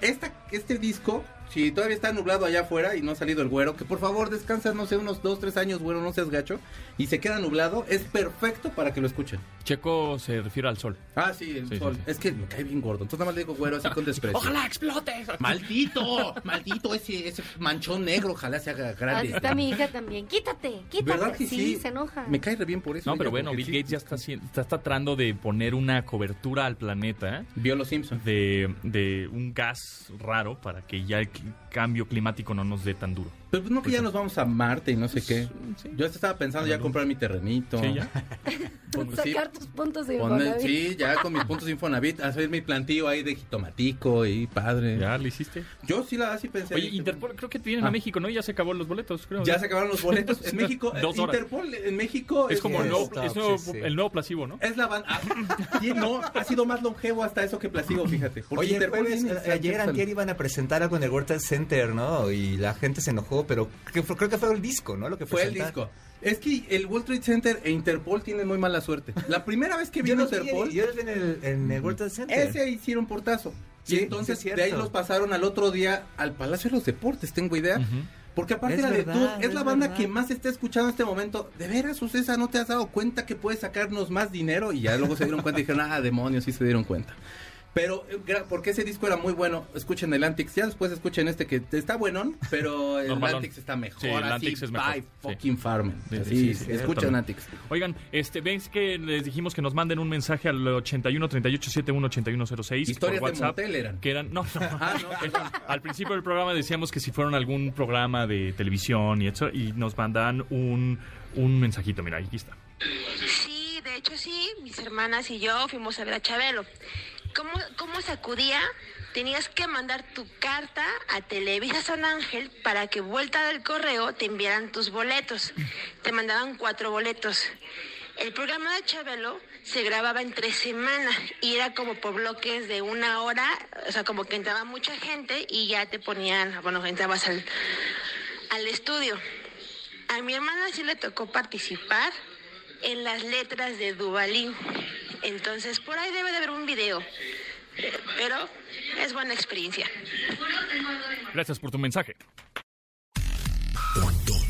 Speaker 3: Esta, este disco, si todavía está nublado allá afuera y no ha salido el güero, que por favor descansa, no sé, unos 2, 3 años, güero, no seas gacho, y se queda nublado, es perfecto para que lo escuchen.
Speaker 2: Checo se refiere al sol.
Speaker 3: Ah, sí, el
Speaker 2: Sí, sí,
Speaker 3: sol.
Speaker 2: sí.
Speaker 3: Es que me cae bien gordo. Entonces nada más le digo güero así con desprecio.
Speaker 2: ¡Ojalá explote!
Speaker 3: ¡Maldito! ¡Maldito ese, ese manchón negro! Ojalá se haga
Speaker 4: Así
Speaker 3: grande.
Speaker 4: está mi hija también. Quítate, quítate.
Speaker 3: ¿Verdad que sí?
Speaker 4: se enoja.
Speaker 3: Me cae re bien por eso.
Speaker 2: No,
Speaker 3: ella,
Speaker 2: pero bueno,
Speaker 3: porque
Speaker 2: Bill
Speaker 3: sí,
Speaker 2: Gates ya está, haciendo- está, está tratando de poner una cobertura al planeta
Speaker 3: Vio los Simpsons.
Speaker 2: de, de un gas raro para que ya el cl- cambio climático no nos dé tan duro.
Speaker 3: Pero pues, no que ya nos vamos a Marte y no sé qué.
Speaker 2: sí.
Speaker 3: Yo hasta estaba pensando ya comprar mi terrenito.
Speaker 2: Sí, ya.
Speaker 3: Pues, sí,
Speaker 4: Sacar tus puntos de
Speaker 3: poner-
Speaker 4: Infonavit.
Speaker 3: sí, ya con mis puntos de Infonavit, hacer mi plantío ahí de jitomatico y padre.
Speaker 2: Ya, le hiciste.
Speaker 3: Yo sí la así pensé.
Speaker 2: Oye,
Speaker 3: dije,
Speaker 2: Interpol, creo que vienen a
Speaker 3: Ah.
Speaker 2: México, ¿no? Ya se acabó los boletos, creo.
Speaker 3: Ya se acabaron los boletos. En México,
Speaker 2: Dos horas.
Speaker 3: Interpol en México
Speaker 2: Es como el nuevo,
Speaker 5: Stop,
Speaker 2: es nuevo-
Speaker 5: sí, sí.
Speaker 2: el nuevo placebo, ¿no?
Speaker 3: Es la banda. Ah, sí, no, ha sido más longevo hasta eso que Plasigo, fíjate. Porque
Speaker 5: Oye, el
Speaker 3: Interpol
Speaker 5: jueves,
Speaker 3: viene y
Speaker 5: eh,
Speaker 3: se
Speaker 5: ayer
Speaker 3: empiezan.
Speaker 5: antier iban a presentar algo en el World Trade Center, ¿no? Y la gente se enojó, pero que fue- creo que fue el disco, ¿no? Lo que
Speaker 3: Fue el
Speaker 5: presentaron.
Speaker 3: disco. Es que el World Trade Center e Interpol tienen muy mala suerte. La primera vez que
Speaker 5: Yo
Speaker 3: vino
Speaker 5: los vi,
Speaker 3: Interpol,
Speaker 5: yo los vi en el, en el World Trade Center.
Speaker 3: ese hicieron portazo.
Speaker 5: Sí,
Speaker 3: y
Speaker 5: es
Speaker 3: entonces
Speaker 5: cierto.
Speaker 3: de ahí los pasaron al otro día al Palacio de los Deportes, tengo idea. Porque aparte
Speaker 5: Es
Speaker 3: la de
Speaker 5: verdad,
Speaker 3: Dude es la
Speaker 5: es
Speaker 3: banda
Speaker 5: verdad.
Speaker 3: que más está escuchando en este momento. De veras, Ocesa, ¿no te has dado cuenta que puedes sacarnos más dinero? Y ya luego se dieron cuenta y dijeron, ah, demonios, sí se dieron cuenta. Pero, eh, gra- porque ese disco era muy bueno, escuchen el Antix, ya después escuchen este que está bueno, pero el
Speaker 2: Normalón.
Speaker 3: Antix está mejor.
Speaker 2: Sí, el
Speaker 3: así,
Speaker 2: Antix es mejor,
Speaker 3: by
Speaker 2: sí.
Speaker 3: fucking farmen.
Speaker 2: Sí, sí,
Speaker 3: Así,
Speaker 2: sí, sí,
Speaker 3: escuchen
Speaker 2: totalmente.
Speaker 3: Antix.
Speaker 2: Oigan, este, ¿veis que les dijimos que nos manden un mensaje al 81 38 71 8106
Speaker 3: Historias de
Speaker 2: por WhatsApp?
Speaker 3: motel eran.
Speaker 2: Que eran, no, no.
Speaker 3: Ah, no.
Speaker 2: Perdón. Al principio del programa decíamos que si fueron algún programa de televisión y eso, y nos mandan un, un mensajito. Mira, aquí está.
Speaker 9: Sí, de hecho sí, mis hermanas y yo fuimos a ver a Chabelo. ¿Cómo, cómo sacudía? Tenías que mandar tu carta a Televisa San Ángel para que vuelta del correo te enviaran tus boletos. Te mandaban cuatro boletos. El programa de Chabelo se grababa en tres semanas y era como por bloques de una hora, o sea, como que entraba mucha gente y ya te ponían, bueno, entrabas al, al estudio. A mi hermana sí le tocó participar en las letras de Duvalín. Entonces, por ahí debe de haber un video. Eh, Pero es buena experiencia.
Speaker 2: Gracias por tu mensaje.
Speaker 1: Pontón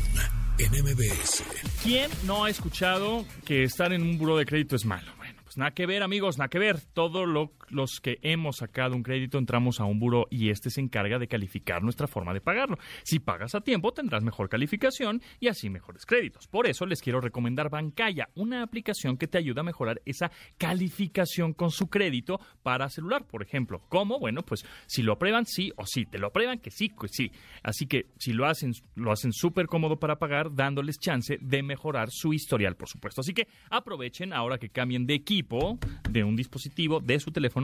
Speaker 1: en MBS.
Speaker 2: ¿Quién no ha escuchado que estar en un buro de crédito es malo? Bueno, pues nada que ver, amigos, nada que ver. Todos lo- los que hemos sacado un crédito entramos a un buro y este se encarga de calificar nuestra forma de pagarlo. Si pagas a tiempo, tendrás mejor calificación y así mejores créditos. Por eso les quiero recomendar Bancaya, una aplicación que te ayuda a mejorar esa calificación con su crédito para celular, por ejemplo. ¿Cómo? Bueno, pues si lo aprueban, sí o sí. Te lo aprueban, que sí, que sí. Así que si lo hacen, lo hacen súper cómodo para pagar, dándoles chance de mejorar su historial, por supuesto. Así que aprovechen ahora que cambien de equipo, de un dispositivo, de su teléfono,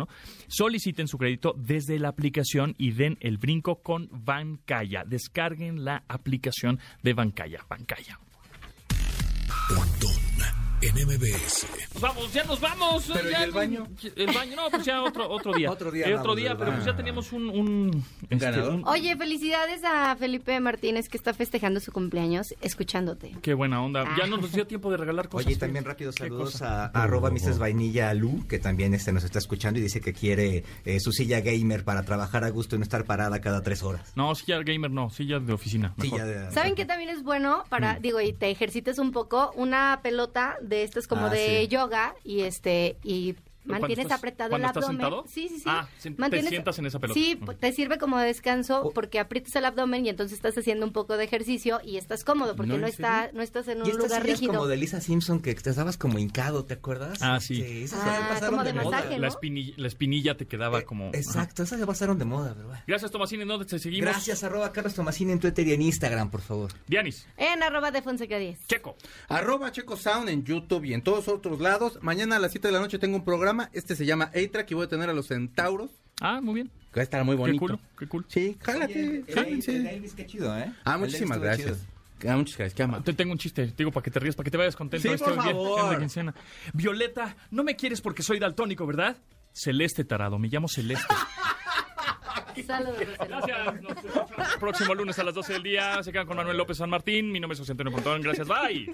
Speaker 2: soliciten su crédito desde la aplicación y den el brinco con Bancaya. Descarguen la aplicación de Bancaya. Bancaya.
Speaker 1: Pontón en MBS.
Speaker 2: Nos vamos, ya nos vamos.
Speaker 3: Pero,
Speaker 2: ya,
Speaker 3: ¿y el baño?
Speaker 2: El baño, no, pues ya otro, otro día.
Speaker 5: Otro día
Speaker 2: Eh, otro
Speaker 5: hablamos
Speaker 2: día,
Speaker 5: del
Speaker 2: pero pues ya
Speaker 5: baño.
Speaker 2: teníamos un... un, este,
Speaker 3: ganador?
Speaker 2: un-
Speaker 4: Oye, felicidades a Felipe Martínez que está festejando su cumpleaños escuchándote.
Speaker 2: Qué buena onda. Ya
Speaker 4: Ah.
Speaker 2: no nos dio tiempo de regalar cosas.
Speaker 5: Oye, y también rápido
Speaker 2: ¿Qué
Speaker 5: saludos
Speaker 2: cosa?
Speaker 5: a, a arroba Mrs. Vainilla Lu, que también este, nos está escuchando y dice que quiere eh, su silla gamer para trabajar a gusto y no estar parada cada tres horas.
Speaker 2: No, silla gamer no, silla de oficina. mejor.
Speaker 5: Silla de-
Speaker 4: ¿Saben qué también es bueno
Speaker 2: Mm.
Speaker 4: para, digo, y te ejercites un poco? Una pelota de estas como
Speaker 5: Ah,
Speaker 4: de
Speaker 5: sí.
Speaker 4: yoga y este y
Speaker 2: ¿Cuando
Speaker 4: mantienes
Speaker 2: estás-
Speaker 4: apretado el
Speaker 2: cuando
Speaker 4: abdomen.
Speaker 2: estás sentado?
Speaker 4: Sí, sí, sí.
Speaker 2: Ah, se- te sientas en esa pelota.
Speaker 4: Sí,
Speaker 2: Ujú. Oh.
Speaker 4: te sirve como de descanso
Speaker 5: O-
Speaker 4: porque aprietas el abdomen y entonces estás haciendo un poco de ejercicio y estás cómodo porque
Speaker 3: No,
Speaker 4: no,
Speaker 3: ¿en
Speaker 4: está, no estás en un
Speaker 5: Y estas
Speaker 4: lugar
Speaker 5: sillas
Speaker 4: rígido.
Speaker 5: como de Lisa Simpson que te estabas como hincado, ¿te acuerdas?
Speaker 2: Ah, sí.
Speaker 5: esas
Speaker 4: Ah,
Speaker 5: ya pasaron
Speaker 4: como de
Speaker 5: moda.
Speaker 4: masaje,
Speaker 2: La,
Speaker 4: ¿no?
Speaker 2: espinilla, la espinilla te quedaba
Speaker 5: Eh,
Speaker 2: como... ajá.
Speaker 5: Exacto, esas ya pasaron de moda, pero bueno.
Speaker 2: Gracias, Tomasini, ¿en dónde te seguimos?
Speaker 5: Gracias, arroba Carlos Tomasini en Twitter y en Instagram, por favor.
Speaker 2: Dianis,
Speaker 4: En arroba de Fonseca 10.
Speaker 2: Checo.
Speaker 3: Arroba Checo Sound en YouTube y en todos otros lados. Mañana a las 7 de la noche tengo un programa. Este se llama A-Track y voy a tener a los centauros.
Speaker 2: Ah, muy bien.
Speaker 3: Que va a estar muy
Speaker 2: Qué
Speaker 3: bonito.
Speaker 2: cool, qué cool.
Speaker 3: Sí, jálate. jálense.
Speaker 5: qué chido, ¿eh?
Speaker 3: Ah, muchísimas gracias. Ah, muchas gracias. Qué amable.
Speaker 2: Te tengo un chiste, te digo para que te rías, para que te vayas contento.
Speaker 3: Sí,
Speaker 2: este
Speaker 3: por
Speaker 2: día-
Speaker 3: favor.
Speaker 2: día de quincena. Violeta, no me quieres porque soy daltónico, ¿verdad? Celeste tarado, me llamo Celeste.
Speaker 4: Saludos.
Speaker 2: Gracias. nos vemos Próximo lunes a las 12 del día se quedan con Manuel López San Martín. Mi nombre es José Antonio Pontón. Gracias. Bye.